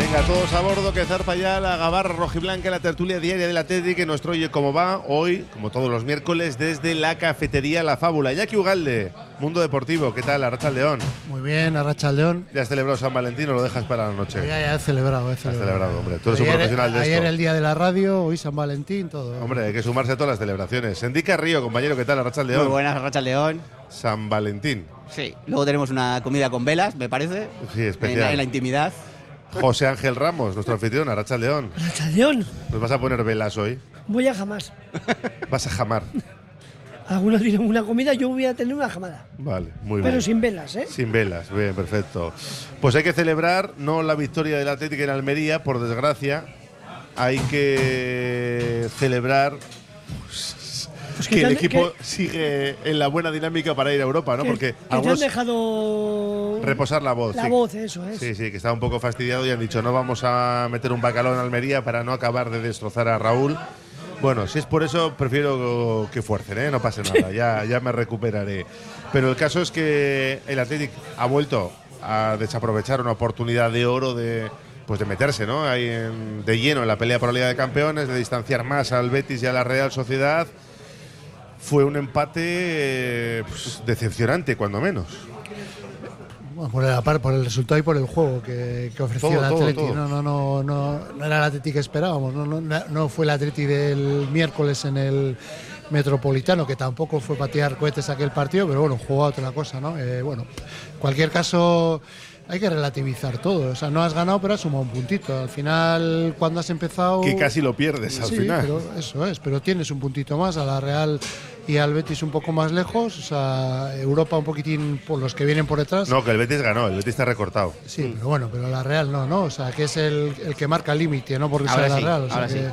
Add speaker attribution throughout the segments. Speaker 1: Venga, todos a bordo, que zarpa ya la gabarra rojiblanca, la tertulia diaria del Atleti que nuestro Oye Cómo Va, hoy, como todos los miércoles, desde la cafetería La Fábula. Jackie Ugalde, Mundo Deportivo, ¿qué tal? Arracha León.
Speaker 2: Muy bien, Arracha León.
Speaker 1: ¿Ya has celebrado San Valentín o lo dejas para la noche?
Speaker 2: Ya, ya he celebrado, he
Speaker 1: Has
Speaker 2: celebrado.
Speaker 1: celebrado, hombre. Tú eres un
Speaker 2: Ayer-
Speaker 1: profesional de
Speaker 2: Ayer
Speaker 1: esto.
Speaker 2: el día de la radio, hoy San Valentín, todo.
Speaker 1: Hombre, hay que sumarse a todas las celebraciones. Sendica Río, compañero, ¿qué tal? Arracha León.
Speaker 3: Muy buenas, Racha León.
Speaker 1: San Valentín.
Speaker 3: Sí. Luego tenemos una comida con velas, me parece.
Speaker 1: Sí, especial.
Speaker 3: En la, en la intimidad.
Speaker 1: José Ángel Ramos, nuestro anfitrión, Arracha León.
Speaker 4: Estación,
Speaker 1: Nos vas a poner velas hoy.
Speaker 4: voy a jamás.
Speaker 1: Vas a jamar.
Speaker 4: Algunos tienen una comida, yo voy a tener una jamada.
Speaker 1: Vale, muy bien.
Speaker 4: Pero sin velas, ¿eh?
Speaker 1: Sin velas, bien, perfecto. Pues hay que celebrar no la victoria del Atlético en Almería, por desgracia, hay que celebrar
Speaker 4: Pues
Speaker 1: que el
Speaker 4: te han-
Speaker 1: equipo
Speaker 4: que-
Speaker 1: sigue en la buena dinámica para ir a Europa, ¿no?
Speaker 4: que-
Speaker 1: Porque
Speaker 4: que te han
Speaker 1: algunos
Speaker 4: dejado
Speaker 1: reposar la voz.
Speaker 4: la
Speaker 1: sí.
Speaker 4: voz, eso es.
Speaker 1: Sí, sí, que estaba un poco fastidiado y han dicho no vamos a meter un bacalao en Almería para no acabar de destrozar a Raúl. Bueno, si es por eso, prefiero que fuercen, ¿eh? no pase nada, ya, ya me recuperaré. Pero el caso es que el Athletic ha vuelto a desaprovechar una oportunidad de oro de, pues de meterse ¿no? Ahí en- de lleno en la pelea por la Liga de Campeones, de distanciar más al Betis y a la Real Sociedad. Fue un empate eh, pues, decepcionante, cuando menos.
Speaker 2: Bueno, por, el, par- por el resultado y por el juego que, que ofreció
Speaker 1: Todo,
Speaker 2: el
Speaker 1: todo,
Speaker 2: Atleti.
Speaker 1: todo.
Speaker 2: No, no, no, no, no era el Atleti que esperábamos. No, no, na- no fue el Atleti del miércoles en el Metropolitano, que tampoco fue patear cohetes aquel partido, pero bueno, jugó a otra cosa, ¿no? Eh, bueno, en cualquier caso. Hay que relativizar todo, o sea, no has ganado pero has sumado un puntito. Al final, cuando has empezado...
Speaker 1: Que casi lo pierdes al
Speaker 2: sí,
Speaker 1: final.
Speaker 2: Pero eso es, pero tienes un puntito más a la Real y al Betis un poco más lejos, o sea, Europa un poquitín por los que vienen por detrás.
Speaker 1: No, que el Betis ganó, el Betis está recortado.
Speaker 2: Sí, pero bueno, pero la Real no, ¿no? O sea, que es el, el que marca el límite, ¿no? Porque
Speaker 3: Ahora
Speaker 2: sea la
Speaker 3: sí,
Speaker 2: Real. O sea,
Speaker 3: ahora
Speaker 2: que
Speaker 3: sí.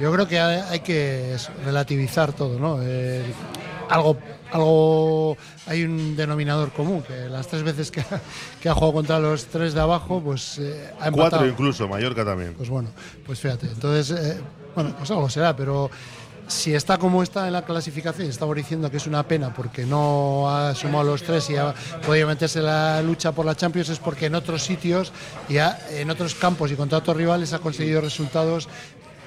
Speaker 2: Yo creo que hay, hay que es- relativizar todo, ¿no? Eh, algo, algo, hay un denominador común, que las tres veces que, ha- que ha jugado contra los tres de abajo, pues eh, ha empatado.
Speaker 1: Cuatro incluso, Mallorca también.
Speaker 2: Pues bueno, pues fíjate. Entonces, eh, bueno, pues algo será, pero si está como está en la clasificación, estamos diciendo que es una pena porque no ha sumado los tres y ha podido meterse en la lucha por la Champions, es porque en otros sitios, y ha- en otros campos y contra otros rivales ha conseguido resultados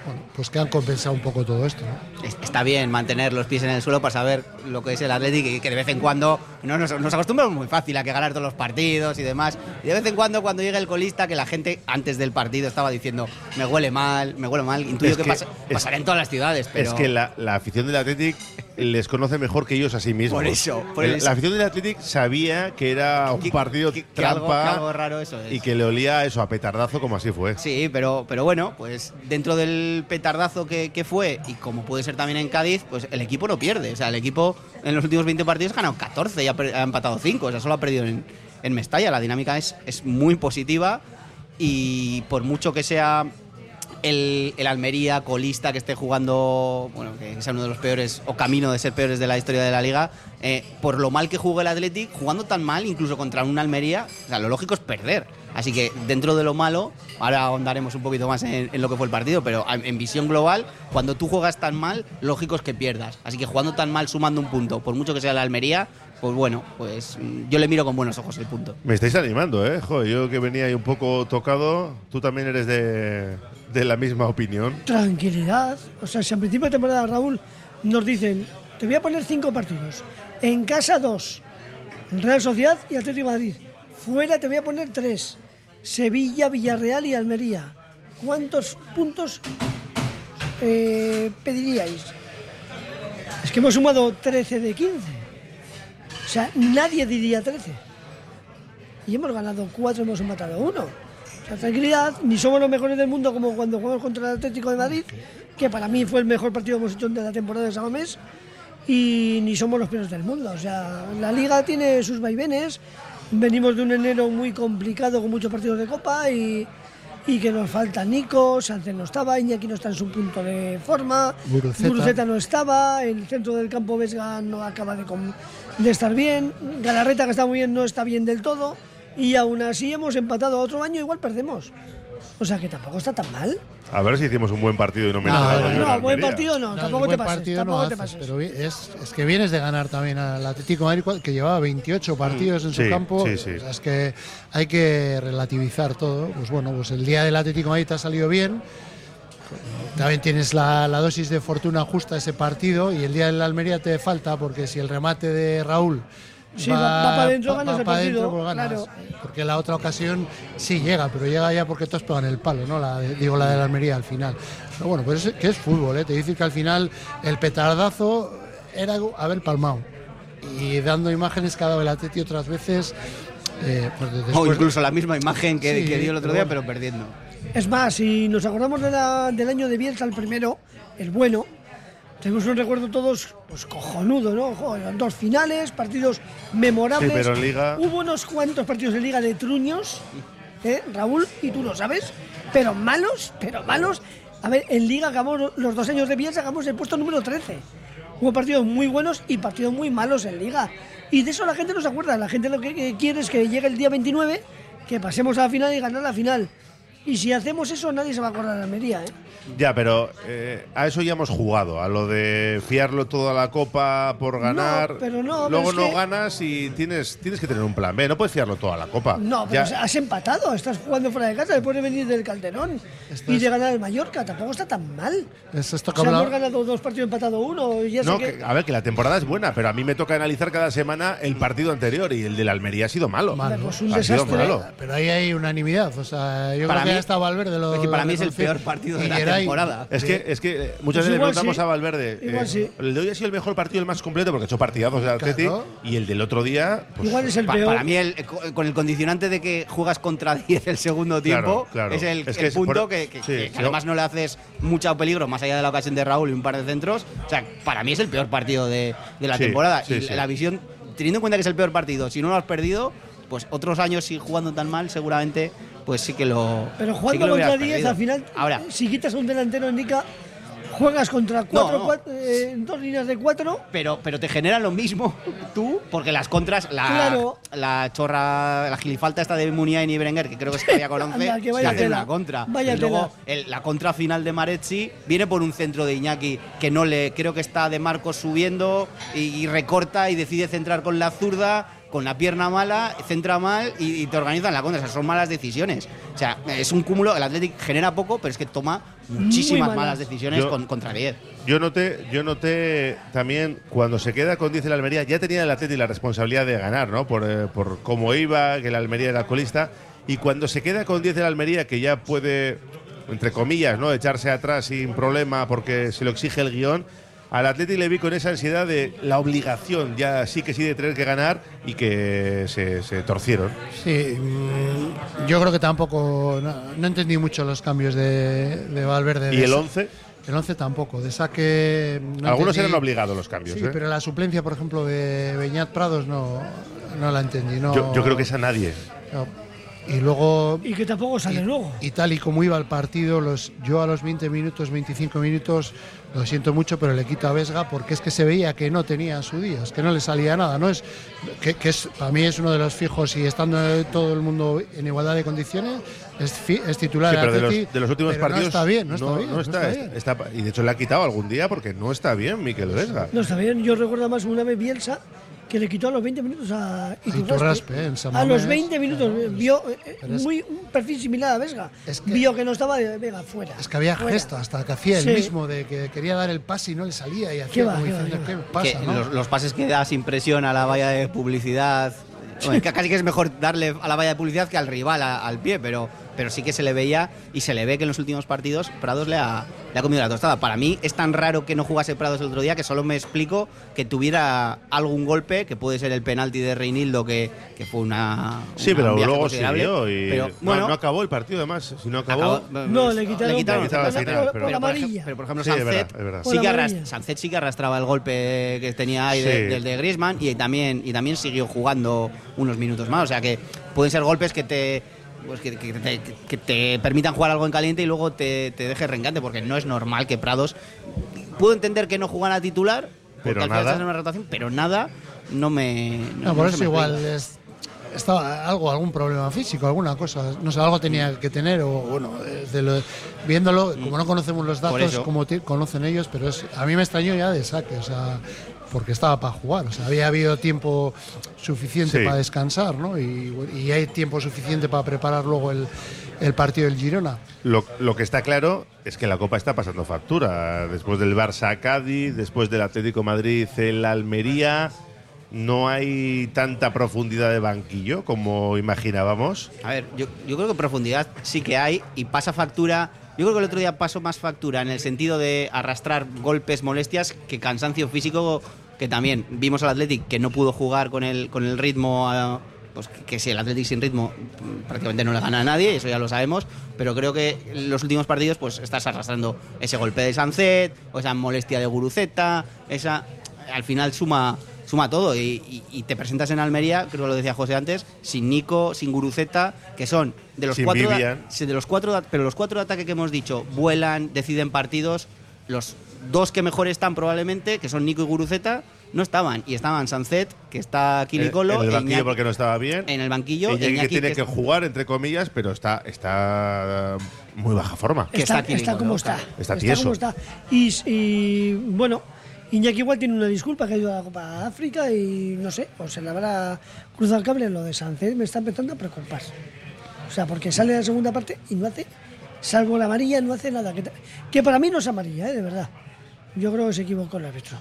Speaker 2: bueno, pues que han compensado un poco todo esto. ¿no?
Speaker 3: Es- Está bien mantener los pies en el suelo para saber lo que es el Atlético y que de vez en cuando no, nos, nos acostumbramos muy fácil a que ganar todos los partidos y demás. Y de vez en cuando cuando llega el colista que la gente antes del partido estaba diciendo me huele mal, me huele mal. Intuyo
Speaker 1: Es
Speaker 3: que,
Speaker 1: que-
Speaker 3: pasa-
Speaker 1: es-
Speaker 3: pasará en todas las ciudades, pero
Speaker 1: Es que la, la afición del Athletic les conoce mejor que ellos a sí mismos.
Speaker 3: Por eso, por
Speaker 1: El-
Speaker 3: eso.
Speaker 1: La afición del Athletic sabía que era un
Speaker 3: Que-
Speaker 1: partido
Speaker 3: que- que algo-
Speaker 1: trampa
Speaker 3: que algo raro eso es.
Speaker 1: y que le olía eso a petardazo como así fue.
Speaker 3: Pues Sí, pero, pero bueno, pues dentro del petardazo que, que fue, y como puede ser también en Cádiz, pues el equipo no pierde. O sea, el equipo en los últimos 20 partidos ha ganado 14 y ha, per- ha empatado 5. O sea, solo ha perdido en, en Mestalla. La dinámica es, es muy positiva y por mucho que sea el, el Almería colista que esté jugando, bueno, que sea uno de los peores o camino de ser peores de la historia de la liga, eh, por lo mal que jugó el Athletic, jugando tan mal, incluso contra un Almería, o sea, lo lógico es perder. Así que dentro de lo malo, ahora ahondaremos un poquito más en, en lo que fue el partido, pero en, en visión global, cuando tú juegas tan mal, lógico es que pierdas. Así que jugando tan mal, sumando un punto, por mucho que sea el Almería, pues bueno, pues mm, yo le miro con buenos ojos el punto.
Speaker 1: Me estáis animando, ¿eh? Joder, yo que venía ahí un poco tocado, tú también eres de, de la misma opinión.
Speaker 4: Tranquilidad. O sea, si al principio de temporada, Raúl, nos dicen, te voy a poner cinco partidos. En casa, dos. En Real Sociedad y Atlético de Madrid. Fuera te voy a poner tres. Sevilla, Villarreal y Almería. ¿Cuántos puntos eh, pediríais? Es que hemos sumado 13 de 15. O sea, nadie diría 13. Y hemos ganado 4, hemos matado 1. O sea, tranquilidad, ni somos los mejores del mundo como cuando jugamos contra el Atlético de Madrid, que para mí fue el mejor partido que hemos hecho de la temporada de Samamés, y ni somos los peores del mundo. O sea, la liga tiene sus vaivenes venimos de un enero muy complicado con muchos partidos de Copa y, y que nos falta Nico, Sánchez no estaba, Iñaki no está en su punto de forma,
Speaker 2: Guruceta.
Speaker 4: no estaba, el centro del campo Vesga no acaba de, com- de estar bien, Galarreta que está muy bien no está bien del todo y aún así hemos empatado otro año, igual perdemos. O sea que tampoco está tan mal.
Speaker 1: A ver si hicimos un buen partido y no me
Speaker 2: No,
Speaker 1: la
Speaker 2: no,
Speaker 1: doy en
Speaker 2: no,
Speaker 4: No, buen
Speaker 1: Ah, Almería.
Speaker 4: partido no,
Speaker 2: No,
Speaker 4: tampoco
Speaker 2: buen
Speaker 4: te pases.
Speaker 2: partido
Speaker 4: tampoco
Speaker 2: no
Speaker 4: te
Speaker 2: haces,
Speaker 4: pases.
Speaker 2: pero vi- es, es que vienes de ganar también al Atlético de Madrid, cua- que llevaba 28 partidos en su
Speaker 1: Mm, Sí,
Speaker 2: campo.
Speaker 1: sí, sí.
Speaker 2: O sea, es que hay que relativizar todo. Pues bueno, pues el día del Atlético de Madrid te ha salido bien. También tienes la, la dosis de fortuna justa ese partido y el día del Almería te falta porque si el remate de Raúl
Speaker 4: Sí, va- va para dentro, ganas el
Speaker 2: pa' dentro,
Speaker 4: partido,
Speaker 2: pues ganas.
Speaker 4: claro.
Speaker 2: Porque la otra ocasión sí llega, pero llega ya porque todos pegan el palo, ¿no? La de- digo la de la Almería al final. Pero bueno, pues es, que es fútbol, ¿eh? Te dicen que al final el petardazo era haber palmado. Y dando imágenes cada vez el Atleti otras veces. eh, pues de-
Speaker 3: O
Speaker 2: después-
Speaker 3: incluso la misma imagen que,
Speaker 2: Sí,
Speaker 3: que dio el otro
Speaker 2: pero
Speaker 3: día,
Speaker 2: bueno.
Speaker 3: pero perdiendo.
Speaker 4: Es más, si nos acordamos de la- del año de Bielsa, el primero, el bueno, tenemos un recuerdo todos pues, cojonudo, ¿no? Jo, eran dos finales, partidos memorables.
Speaker 1: Sí, pero en Liga-
Speaker 4: Hubo unos cuantos partidos de Liga de truños, ¿eh, Raúl, y tú lo sabes, pero malos, pero malos. A ver, en Liga acabamos los dos años de Bielsa, acabamos el puesto número 13. Hubo partidos muy buenos y partidos muy malos en Liga. Y de eso la gente no se acuerda. La gente lo que- que quiere es que llegue el día 29, que pasemos a la final y ganar la final. Y si hacemos eso, nadie se va a acordar de Almería, ¿eh?
Speaker 1: Ya, pero eh, a eso ya hemos jugado, a lo de fiarlo todo a la copa por ganar.
Speaker 4: pero no,
Speaker 1: Luego
Speaker 4: pero
Speaker 1: no
Speaker 4: es que-
Speaker 1: ganas y tienes, tienes que tener un plan B, no puedes fiarlo todo a la copa.
Speaker 4: No,
Speaker 1: Ya-
Speaker 4: pero has empatado, estás jugando fuera de casa después de venir del Calderón y de ganar el Mallorca, tampoco está tan mal.
Speaker 2: es esto
Speaker 4: O
Speaker 2: que
Speaker 4: sea, hemos
Speaker 2: hablaba-
Speaker 4: ganado dos partidos, empatado uno, y ya sé
Speaker 1: No,
Speaker 4: que-
Speaker 1: que- a ver, que la temporada es buena, pero a mí me toca analizar cada semana el partido anterior y el de la Almería ha sido malo.
Speaker 2: Mal,
Speaker 4: pues un
Speaker 1: ha sido
Speaker 4: desastre.
Speaker 1: malo.
Speaker 2: Pero ahí hay unanimidad. O sea, yo
Speaker 3: Para
Speaker 2: creo que
Speaker 3: mí-
Speaker 2: ya está Valverde. Lo,
Speaker 3: es que para
Speaker 2: lo
Speaker 3: mí es el
Speaker 2: reconoció.
Speaker 3: peor partido de
Speaker 2: Y
Speaker 3: la
Speaker 2: Geray-
Speaker 3: temporada.
Speaker 1: Es que, es que eh, muchas
Speaker 4: Pues
Speaker 1: veces le
Speaker 4: igual
Speaker 1: preguntamos
Speaker 4: sí.
Speaker 1: a Valverde. eh,
Speaker 4: Igual sí.
Speaker 1: El de hoy ha sido el mejor partido, el más completo, porque ha hecho partidazos del Atleti.
Speaker 2: Claro.
Speaker 1: Y el del otro día. pues,
Speaker 4: Igual es el
Speaker 3: Pa-
Speaker 4: peor.
Speaker 3: para mí, el- eh, co- con el condicionante de que juegas contra 10 el segundo tiempo,
Speaker 1: Claro, claro.
Speaker 3: es el,
Speaker 1: Es que
Speaker 3: el
Speaker 1: es
Speaker 3: punto
Speaker 1: por-
Speaker 3: que, que-
Speaker 1: sí,
Speaker 3: que
Speaker 1: sí.
Speaker 3: además no le haces mucho peligro, más allá de la ocasión de Raúl y un par de centros. O sea, para mí es el peor partido de, de la
Speaker 1: Sí,
Speaker 3: temporada.
Speaker 1: sí,
Speaker 3: y
Speaker 1: sí.
Speaker 3: la visión, teniendo en cuenta que es el peor partido, si no lo has perdido, pues otros años si jugando tan mal, seguramente, pues sí que lo.
Speaker 4: Pero
Speaker 3: sí
Speaker 4: jugando
Speaker 3: que lo
Speaker 4: contra
Speaker 3: hubieras
Speaker 4: 10,
Speaker 3: perdido.
Speaker 4: al final,
Speaker 3: Ahora,
Speaker 4: si quitas a un delantero en Nica, juegas contra cuatro,
Speaker 3: no.
Speaker 4: cuatro, eh, dos líneas de cuatro.
Speaker 3: pero, pero te genera lo mismo tú, porque las contras, la,
Speaker 4: Claro.
Speaker 3: la chorra, la gilifalta esta de Muniain y Berenguer, que creo que es que había con 11,
Speaker 4: Anda, que
Speaker 3: te
Speaker 4: vaya
Speaker 3: hacen
Speaker 4: tela.
Speaker 3: la contra.
Speaker 4: Vaya
Speaker 3: y luego
Speaker 4: tela.
Speaker 3: el- la contra final de Marechi viene por un centro de Iñaki que no le, creo que está de Marcos subiendo y, y recorta y decide centrar con la zurda, con la pierna mala, centra mal y, y te organizan la contra. O sea, son malas decisiones. O sea, es un cúmulo, el Athletic genera poco, pero es que toma muchísimas
Speaker 4: malas.
Speaker 3: malas decisiones
Speaker 1: Yo-
Speaker 3: con- contra 10.
Speaker 1: Yo noté, yo noté también cuando se queda con 10 el Almería, ya tenía el Atleti la responsabilidad de ganar, ¿no? Por, eh, por cómo iba, que el Almería era colista. Y cuando se queda con 10 el Almería, que ya puede, entre comillas, ¿no? Echarse atrás sin problema porque se lo exige el guión. Al Atleti le vi con esa ansiedad de la obligación, ya sí que sí, de tener que ganar y que se, se torcieron.
Speaker 2: Sí, mm, yo creo que tampoco. No, no entendí mucho los cambios de, de Valverde. de
Speaker 1: Y el
Speaker 2: sa-
Speaker 1: 11,
Speaker 2: El 11 tampoco. De saque. no
Speaker 1: algunos
Speaker 2: entendí-
Speaker 1: eran obligados los cambios.
Speaker 2: Sí,
Speaker 1: ¿eh?
Speaker 2: pero la suplencia, por ejemplo, de Beñat Prados no, no la entendí. No,
Speaker 1: yo, yo creo que es a nadie.
Speaker 2: no. Y luego.
Speaker 4: Y que tampoco sale luego.
Speaker 2: Y tal y como iba el partido, los, yo a los 20 minutos, 25 minutos, lo siento mucho, pero le quito a Vesga porque es que se veía que no tenía su día, es que no le salía nada. No es que, que es, para mí es uno de los fijos y estando todo el mundo en igualdad de condiciones, es, fi- es titular.
Speaker 1: Sí, pero de
Speaker 2: Atleti,
Speaker 1: los, de los últimos
Speaker 2: pero
Speaker 1: partidos.
Speaker 2: No está bien, no está bien.
Speaker 1: no
Speaker 2: no
Speaker 1: está,
Speaker 2: está
Speaker 1: está-
Speaker 2: bien.
Speaker 1: está- y de hecho le ha quitado algún día porque no está bien Miquel Vesga.
Speaker 4: No está bien, yo recuerdo más una vez Bielsa que le quitó a los 20 minutos a
Speaker 2: Iturraspe, en San
Speaker 4: a los
Speaker 2: Mamés,
Speaker 4: 20 minutos
Speaker 2: claro, es-
Speaker 4: vio eh,
Speaker 2: pero es-
Speaker 4: muy, un perfil similar a Vesga.
Speaker 2: Es que-
Speaker 4: vio que no estaba de Vega fuera.
Speaker 2: Es que había
Speaker 4: fuera.
Speaker 2: gesto hasta que hacía
Speaker 4: Sí.
Speaker 2: el mismo de que quería dar el pase y no le salía y
Speaker 4: ¿Qué
Speaker 2: hacía
Speaker 4: va,
Speaker 2: como
Speaker 4: qué va,
Speaker 2: diciendo
Speaker 4: qué
Speaker 2: qué
Speaker 4: va?
Speaker 2: pasa,
Speaker 3: que
Speaker 2: ¿no?
Speaker 3: los, los pases que das impresión a la valla de publicidad. Bueno, que casi que es mejor darle a la valla de publicidad que al rival, a- al pie, pero, pero sí que se le veía y se le ve que en los últimos partidos Prados le ha, le ha comido la tostada. Para mí es tan raro que no jugase Prados el otro día que solo me explico que tuviera algún golpe, que puede ser el penalti de Reinildo, que, que fue una.
Speaker 1: Sí,
Speaker 3: una-
Speaker 1: pero
Speaker 3: un viaje
Speaker 1: luego
Speaker 3: considerable,
Speaker 1: siguió y
Speaker 3: pero,
Speaker 1: no-
Speaker 3: bueno,
Speaker 1: no, acabó el partido además. Si no acabó,
Speaker 3: acabó-
Speaker 4: No, le quitaron,
Speaker 1: quitaron,
Speaker 4: le
Speaker 1: estaba al final,
Speaker 4: por-
Speaker 1: pero-
Speaker 4: por
Speaker 3: pero,
Speaker 4: la
Speaker 3: por ej-
Speaker 4: amarilla.
Speaker 3: pero, por ejemplo, pues-
Speaker 1: Sí, es verdad,
Speaker 3: Sancet
Speaker 1: es verdad.
Speaker 4: Por
Speaker 3: sí, que
Speaker 4: la
Speaker 3: arras-
Speaker 4: amarilla.
Speaker 3: Sancet sí que arrastraba el golpe que tenía ahí de-
Speaker 1: Sí.
Speaker 3: del de Griezmann y también, y también siguió jugando unos minutos más. O sea que pueden ser golpes que te. pues que, que te, que te permitan jugar algo en caliente y luego te, te dejes rengante, porque no es normal que Prados. Puedo entender que no jugara titular, porque
Speaker 1: Pero
Speaker 3: al final
Speaker 1: nada.
Speaker 3: estás en una rotación, pero nada no me.
Speaker 2: No,
Speaker 3: no
Speaker 2: por
Speaker 3: se
Speaker 2: eso
Speaker 3: me
Speaker 2: igual
Speaker 3: explica.
Speaker 2: es- estaba algo, algún problema físico, alguna cosa, no sé, algo tenía que tener o bueno, desde lo- viéndolo, como no conocemos los
Speaker 3: Por
Speaker 2: datos
Speaker 3: eso.
Speaker 2: como ti- conocen ellos, pero es, a mí me extrañó ya de saque, o sea, porque estaba para jugar, o sea, había habido tiempo suficiente
Speaker 1: Sí.
Speaker 2: para descansar, ¿no? Y, y hay tiempo suficiente para preparar luego el, el partido del Girona.
Speaker 1: Lo, lo que está claro es que la Copa está pasando factura. Después del Barça a Cádiz, después del Atlético Madrid el Almería, no hay tanta profundidad de banquillo como imaginábamos.
Speaker 3: A ver, yo, yo creo que profundidad sí que hay y pasa factura. Yo creo que el otro día pasó más factura en el sentido de arrastrar golpes, molestias, que cansancio físico, que también vimos al Athletic que no pudo jugar con el, con el ritmo. eh, Pues que, que si el Athletic sin ritmo mm, prácticamente no le gana a nadie, eso ya lo sabemos. Pero creo que en los últimos partidos, pues estás arrastrando ese golpe de Sancet, o esa molestia de Guruceta, esa. Al final suma suma todo y, y- y te presentas en Almería, creo que lo decía José antes, sin Nico, sin Guruceta, que son de los
Speaker 1: Sin
Speaker 3: cuatro, de-
Speaker 1: Vivian.
Speaker 3: sí, de los cuatro, de- pero los cuatro de ataque que hemos dicho, vuelan, deciden partidos, los dos que mejor están probablemente, que son Nico y Guruceta, no estaban y estaban Sancet, que está
Speaker 1: Eh,
Speaker 3: Quilicolo,
Speaker 1: en el
Speaker 3: e
Speaker 1: banquillo
Speaker 3: Iñaki-
Speaker 1: porque no estaba bien.
Speaker 3: en el banquillo,
Speaker 1: Iñaki
Speaker 3: Iñaki,
Speaker 1: que tiene
Speaker 3: que
Speaker 1: que
Speaker 3: es-
Speaker 1: jugar, entre comillas, pero está, está eh, muy baja forma.
Speaker 3: que
Speaker 4: está,
Speaker 3: está aquí,
Speaker 4: está
Speaker 3: ¿no?
Speaker 4: como
Speaker 3: Está-
Speaker 4: está.
Speaker 1: está tieso.
Speaker 4: como está. Y, s- y, bueno, Iñaki igual tiene una disculpa que ha ido a la Copa África y no sé, o se le habrá cruzado el cable lo de Sánchez. Me está empezando a preocupar. O sea, porque sale la segunda parte y no hace, salvo la amarilla, no hace nada. Que, ta- que para mí no es amarilla, ¿eh? de verdad. Yo creo que se equivocó el árbitro.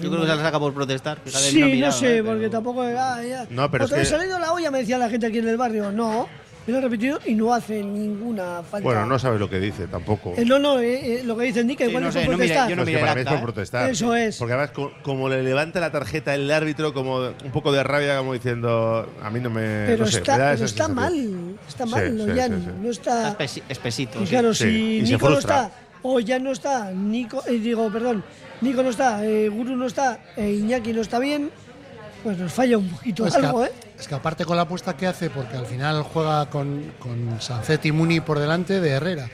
Speaker 3: Yo creo que se la saca por protestar. fíjate,
Speaker 4: Sí,
Speaker 3: no
Speaker 4: no,
Speaker 3: ha mirado,
Speaker 4: sé,
Speaker 3: eh, pero-
Speaker 4: porque tampoco. ah, ya.
Speaker 1: No, pero es
Speaker 4: Otra vez
Speaker 1: que-
Speaker 4: salido la olla, me decía la gente aquí en el barrio. No, me lo he repetido y no hace ninguna falta.
Speaker 1: Bueno, no sabe lo que dice tampoco.
Speaker 4: Eh, no, no, eh, eh, lo que dicen Nick,
Speaker 3: Sí,
Speaker 4: igual
Speaker 3: no
Speaker 4: es
Speaker 3: sé,
Speaker 4: por
Speaker 3: no mire,
Speaker 4: protestar.
Speaker 3: yo no
Speaker 1: Pues que
Speaker 3: miré el
Speaker 1: para mí es
Speaker 3: acta,
Speaker 1: por
Speaker 3: ¿eh?
Speaker 1: protestar.
Speaker 4: Eso es.
Speaker 1: Porque además, co- como le levanta la tarjeta el árbitro, como un poco de rabia, como diciendo, a mí no me.
Speaker 4: pero
Speaker 1: no sé,
Speaker 4: está,
Speaker 1: me da
Speaker 4: pero
Speaker 1: esa
Speaker 4: está
Speaker 1: sensación.
Speaker 4: mal, está
Speaker 1: Sí,
Speaker 4: mal,
Speaker 1: sí,
Speaker 4: no, ya
Speaker 1: sí, sí.
Speaker 4: no está...
Speaker 3: Está espesi- espesito.
Speaker 4: Y
Speaker 3: sí.
Speaker 4: claro,
Speaker 1: Sí, y
Speaker 4: si
Speaker 1: se
Speaker 4: Nico no
Speaker 1: frustra.
Speaker 4: está, o ya no está, Nico, eh, digo, perdón, Nico no está, eh, Guru no está, eh, Iñaki no está bien, pues nos falla un poquito
Speaker 2: Es que,
Speaker 4: algo, ¿eh?
Speaker 2: es que aparte con la apuesta que hace, porque al final juega con, con Sancet y Muni por delante de Herrera.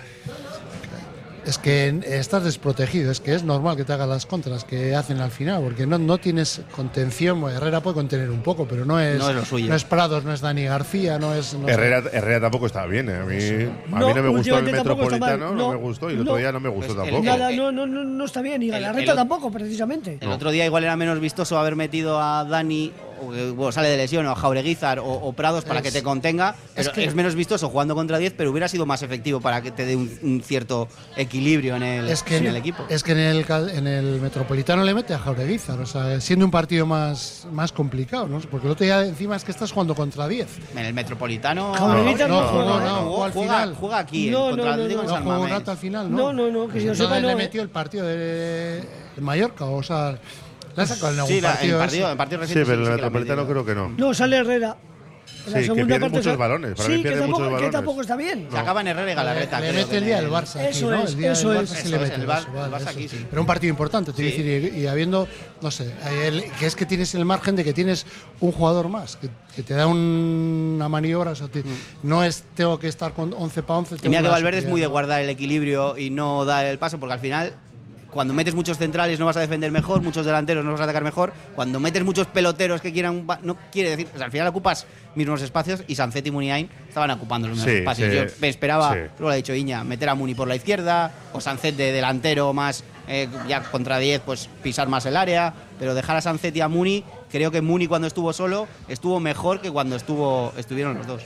Speaker 2: Es que en- estás desprotegido, es que es normal que te hagan las contras que hacen al final, porque no, no tienes contención. Bueno, Herrera puede contener un poco, pero no es,
Speaker 3: No es lo suyo.
Speaker 2: no es Prados, no es Dani García, no es. no sé.
Speaker 1: Herrera, Herrera tampoco estaba bien. ¿eh? A mí a
Speaker 4: No,
Speaker 1: mí no me gustó el
Speaker 4: últimamente tampoco está
Speaker 1: Metropolitano,
Speaker 4: mal.
Speaker 1: no
Speaker 4: No,
Speaker 1: me gustó, y el otro
Speaker 4: no.
Speaker 1: día no me gustó
Speaker 3: Pues el-
Speaker 1: tampoco.
Speaker 4: Nada, no, no, no, no está bien, y
Speaker 3: El-
Speaker 4: Galarreta
Speaker 3: el-
Speaker 4: tampoco, precisamente.
Speaker 3: El otro día igual era menos vistoso haber metido a Dani, o que bueno, sale de lesión, o a Jaureguizar o, o Prados para que te contenga. Pero es,
Speaker 2: que-
Speaker 3: menos vistoso jugando contra 10, pero hubiera sido más efectivo para que te dé un, un cierto equilibrio en el,
Speaker 2: Es que,
Speaker 3: en
Speaker 2: en-
Speaker 3: el equipo.
Speaker 2: es que en el, cal- en el Metropolitano le mete a Jaureguizar, o sea, siendo un partido más, más complicado, ¿no? Porque el otro día encima es que estás jugando contra 10.
Speaker 3: en el Metropolitano.
Speaker 4: Jaureguizar
Speaker 2: no,
Speaker 4: no
Speaker 2: no,
Speaker 4: juega,
Speaker 2: no,
Speaker 4: ¿eh?
Speaker 2: no. jugó al
Speaker 3: juega,
Speaker 2: final.
Speaker 3: juega aquí, en
Speaker 4: No, no,
Speaker 3: contra
Speaker 4: no,
Speaker 3: Atlético en
Speaker 4: no,
Speaker 2: No
Speaker 3: San
Speaker 2: jugó
Speaker 3: Mamés.
Speaker 2: Morata al final,
Speaker 4: No,
Speaker 2: ¿no? Pues
Speaker 4: no, no, que yo
Speaker 2: Entonces
Speaker 4: sepa, no,
Speaker 2: le
Speaker 4: eh.
Speaker 2: metió el partido de de Mallorca, o sea, le ha sacado en algún
Speaker 3: Sí, la-
Speaker 2: partido.
Speaker 3: el
Speaker 2: ese.
Speaker 3: partido, el partido
Speaker 1: Sí,
Speaker 3: reciente.
Speaker 1: pero
Speaker 3: sí
Speaker 1: el
Speaker 3: que la ha
Speaker 1: Metropolitano
Speaker 3: metido.
Speaker 1: creo que no.
Speaker 4: No, sale Herrera. En la
Speaker 1: Sí, que
Speaker 4: segunda
Speaker 1: pierde
Speaker 4: parte
Speaker 1: muchos
Speaker 4: sa-
Speaker 1: balones, para
Speaker 4: sí,
Speaker 1: mí pierde
Speaker 4: que, tampoco,
Speaker 1: muchos
Speaker 4: que
Speaker 1: balones.
Speaker 4: tampoco está bien.
Speaker 3: Se acaban Herrera y Galarreta.
Speaker 2: Le
Speaker 3: creo
Speaker 2: mete
Speaker 3: que
Speaker 2: el día del
Speaker 3: en
Speaker 2: Barça. aquí,
Speaker 4: Eso
Speaker 2: ¿no?
Speaker 4: es,
Speaker 2: el día
Speaker 4: eso
Speaker 2: del Barça
Speaker 4: es.
Speaker 2: sí
Speaker 3: Eso
Speaker 2: le
Speaker 3: es,
Speaker 2: mete.
Speaker 3: el
Speaker 2: eso,
Speaker 3: Bar-
Speaker 2: vale,
Speaker 3: el Barça
Speaker 2: eso
Speaker 3: aquí,
Speaker 2: es.
Speaker 3: sí.
Speaker 2: Pero un partido importante, te quiero decir, y, y habiendo, no sé, el- que es que tienes el margen de que tienes un jugador más, que, que te da un- una maniobra. o sea, te- No es tengo que estar con 11 para 11.
Speaker 3: Y
Speaker 2: tengo
Speaker 3: mira que
Speaker 2: una
Speaker 3: Mm. Valverde es muy de
Speaker 2: superioridad.
Speaker 3: guardar el equilibrio y no dar el paso, porque al final, cuando metes muchos centrales no vas a defender mejor, muchos delanteros no vas a atacar mejor, cuando metes muchos peloteros que quieran, un ba- no quiere decir, o sea, al final ocupas mismos espacios y Sancetti y Muniain estaban ocupando los mismos
Speaker 1: Sí,
Speaker 3: espacios.
Speaker 1: sí,
Speaker 3: Yo me esperaba,
Speaker 1: sí.
Speaker 3: luego lo ha dicho Iña, meter a Muni por la izquierda, o Sancet de delantero más, eh, ya contra 10, pues pisar más el área, pero dejar a Sancet y a Muni, creo que Muni cuando estuvo solo estuvo mejor que cuando estuvo estuvieron los dos.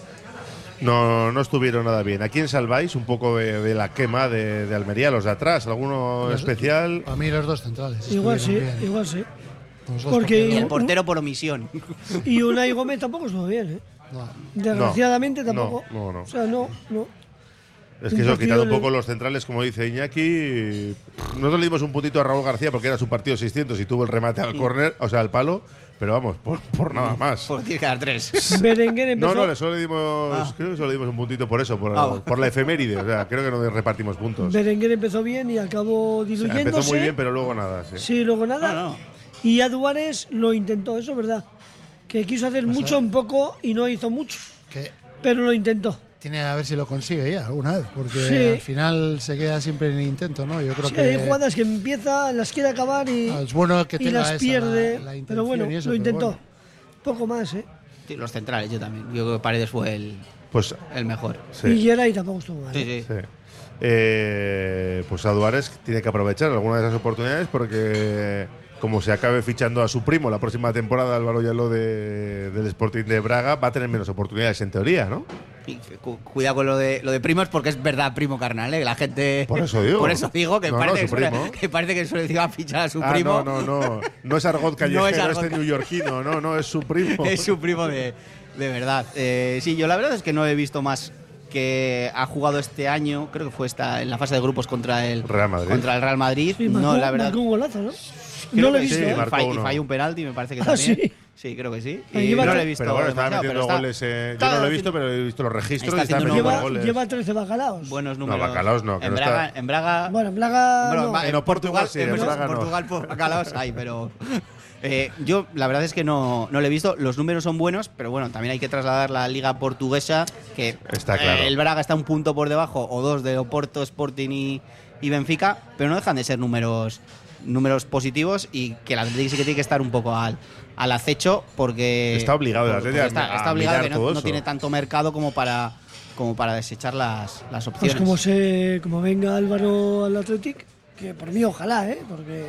Speaker 1: No, no estuvieron nada bien. ¿A quién salváis un poco de, de la quema de, de Almería, los de atrás? ¿Alguno especial?
Speaker 2: Para mí los dos centrales.
Speaker 4: Igual sí,
Speaker 2: estuvieron bien.
Speaker 4: igual sí.
Speaker 2: Los dos,
Speaker 4: porque-
Speaker 3: Y
Speaker 4: Y
Speaker 3: el
Speaker 4: un-
Speaker 3: portero por omisión.
Speaker 4: Y Unai Gómez tampoco estuvo bien, ¿eh?
Speaker 2: no, no.
Speaker 4: Desgraciadamente
Speaker 1: No,
Speaker 4: tampoco.
Speaker 1: no, no.
Speaker 4: O sea, no, no.
Speaker 1: Es
Speaker 4: un
Speaker 1: que eso,
Speaker 4: partido
Speaker 1: quitando un
Speaker 4: de-
Speaker 1: poco los centrales, como dice Iñaki, nosotros le dimos un puntito a Raúl García porque era su partido 600 y tuvo el remate al córner, o sea, al palo, pero vamos, por, por nada más.
Speaker 3: Pues tiene que dar tres.
Speaker 4: Berenguer
Speaker 1: No,
Speaker 4: empezó.
Speaker 1: no, le- solo le dimos,
Speaker 3: Ah.
Speaker 1: creo que solo le dimos un puntito por eso, por,
Speaker 3: Ah, bueno.
Speaker 1: por la efeméride, o sea, creo que no repartimos puntos.
Speaker 4: Berenguer empezó bien y acabó
Speaker 1: O sea,
Speaker 4: diluyéndose.
Speaker 1: empezó muy bien, pero luego nada, sí.
Speaker 4: Sí, luego nada.
Speaker 3: Ah, no.
Speaker 4: Y ya Duanes lo intentó, eso es verdad. Que quiso hacer mucho en poco y no hizo mucho,
Speaker 2: Que
Speaker 4: pero lo intentó.
Speaker 2: tiene a ver si lo consigue ya alguna vez, porque
Speaker 4: Sí.
Speaker 2: al final se queda siempre en el intento, ¿no? Yo creo
Speaker 4: Sí,
Speaker 2: que
Speaker 4: hay jugadas que empieza, las quiere acabar y,
Speaker 2: Ah, es bueno que
Speaker 4: y
Speaker 2: tenga
Speaker 4: las
Speaker 2: esa,
Speaker 4: pierde.
Speaker 2: la- la
Speaker 4: pero
Speaker 2: intención
Speaker 4: bueno,
Speaker 2: y eso,
Speaker 4: lo
Speaker 2: pero
Speaker 4: intentó.
Speaker 2: bueno.
Speaker 4: Poco más, ¿eh?
Speaker 3: Sí, Los centrales, yo también. Yo creo que Paredes fue el,
Speaker 1: Pues
Speaker 3: el mejor.
Speaker 4: Y
Speaker 1: sí.
Speaker 4: Geray tampoco estuvo mal.
Speaker 3: Sí,
Speaker 4: ¿eh?
Speaker 3: sí.
Speaker 1: sí. Eh, pues a Duárez tiene que aprovechar alguna de esas oportunidades porque como se acabe fichando a su primo la próxima temporada, Álvaro Yaló de- del Sporting de Braga, va a tener menos oportunidades en teoría, ¿no?
Speaker 3: Y cu- cuidado con lo de, lo de primos porque es verdad primo carnal, ¿eh? La gente...
Speaker 1: Por eso digo.
Speaker 3: Por eso digo que,
Speaker 1: No, no,
Speaker 3: parece, que,
Speaker 1: su
Speaker 3: suele,
Speaker 1: primo.
Speaker 3: que parece que suele decir a fichar a su
Speaker 1: Ah,
Speaker 3: primo.
Speaker 1: no, no, no. No es argot callejero
Speaker 3: es argot
Speaker 1: este
Speaker 3: ca-
Speaker 1: neoyorquino, no, no, es su primo.
Speaker 3: Es su primo de, de verdad. Eh, sí, yo la verdad es que no he visto más que ha jugado este año, creo que fue esta, en la fase de grupos contra el
Speaker 1: Real Madrid.
Speaker 3: Contra el Real Madrid.
Speaker 4: Sí,
Speaker 3: no,
Speaker 4: marcó-
Speaker 3: la verdad.
Speaker 4: marcó un golazo, ¿no?
Speaker 3: creo
Speaker 4: no lo he
Speaker 3: que
Speaker 4: visto.
Speaker 3: sí,
Speaker 4: ¿eh?
Speaker 3: y
Speaker 1: marcó
Speaker 3: fa- y
Speaker 1: uno.
Speaker 3: falló un penalti, me parece que
Speaker 4: ¿Ah,
Speaker 3: también.
Speaker 4: sí?
Speaker 3: creo que sí.
Speaker 4: Ahí
Speaker 3: Y
Speaker 4: lleva
Speaker 3: no lo he
Speaker 4: tres-
Speaker 3: visto.
Speaker 1: pero bueno, estaba
Speaker 3: demasiado,
Speaker 1: metiendo
Speaker 3: pero está-
Speaker 1: goles. eh, yo
Speaker 3: está
Speaker 1: no lo he visto,
Speaker 3: haciendo
Speaker 1: pero he visto los registros y estaba
Speaker 3: está haciendo
Speaker 1: metiendo
Speaker 3: unos
Speaker 4: Lleva,
Speaker 1: goles.
Speaker 4: lleva 13 bacalaos.
Speaker 3: Buenos números.
Speaker 1: bacalaos no, que
Speaker 3: En
Speaker 1: no
Speaker 3: Braga.
Speaker 1: está-
Speaker 3: En Braga
Speaker 4: Bueno, en Blaga.
Speaker 3: Bueno,
Speaker 4: no.
Speaker 3: va-
Speaker 1: En Portugal sí, en
Speaker 3: en
Speaker 1: Braga no.
Speaker 3: Portugal por bacalaos hay, pero eh, yo la verdad es que no, no lo he visto. Los números son buenos, pero bueno, también hay que trasladar la liga portuguesa, que
Speaker 1: Está claro.
Speaker 3: eh, el Braga está un punto por debajo o dos de Oporto, Sporting y, y Benfica, pero no dejan de ser números números positivos y que el Atlético sí que tiene que estar un poco al, al acecho porque
Speaker 1: Está obligado el
Speaker 3: porque
Speaker 1: Athletic a-
Speaker 3: está, está
Speaker 1: a
Speaker 3: obligado
Speaker 1: mirar
Speaker 3: que no,
Speaker 1: todo
Speaker 3: no
Speaker 1: eso.
Speaker 3: tiene tanto mercado como para como para desechar las, las
Speaker 4: Pues
Speaker 3: opciones
Speaker 4: como se, como venga Álvaro al Athletic, que por mí ojalá, ¿eh? porque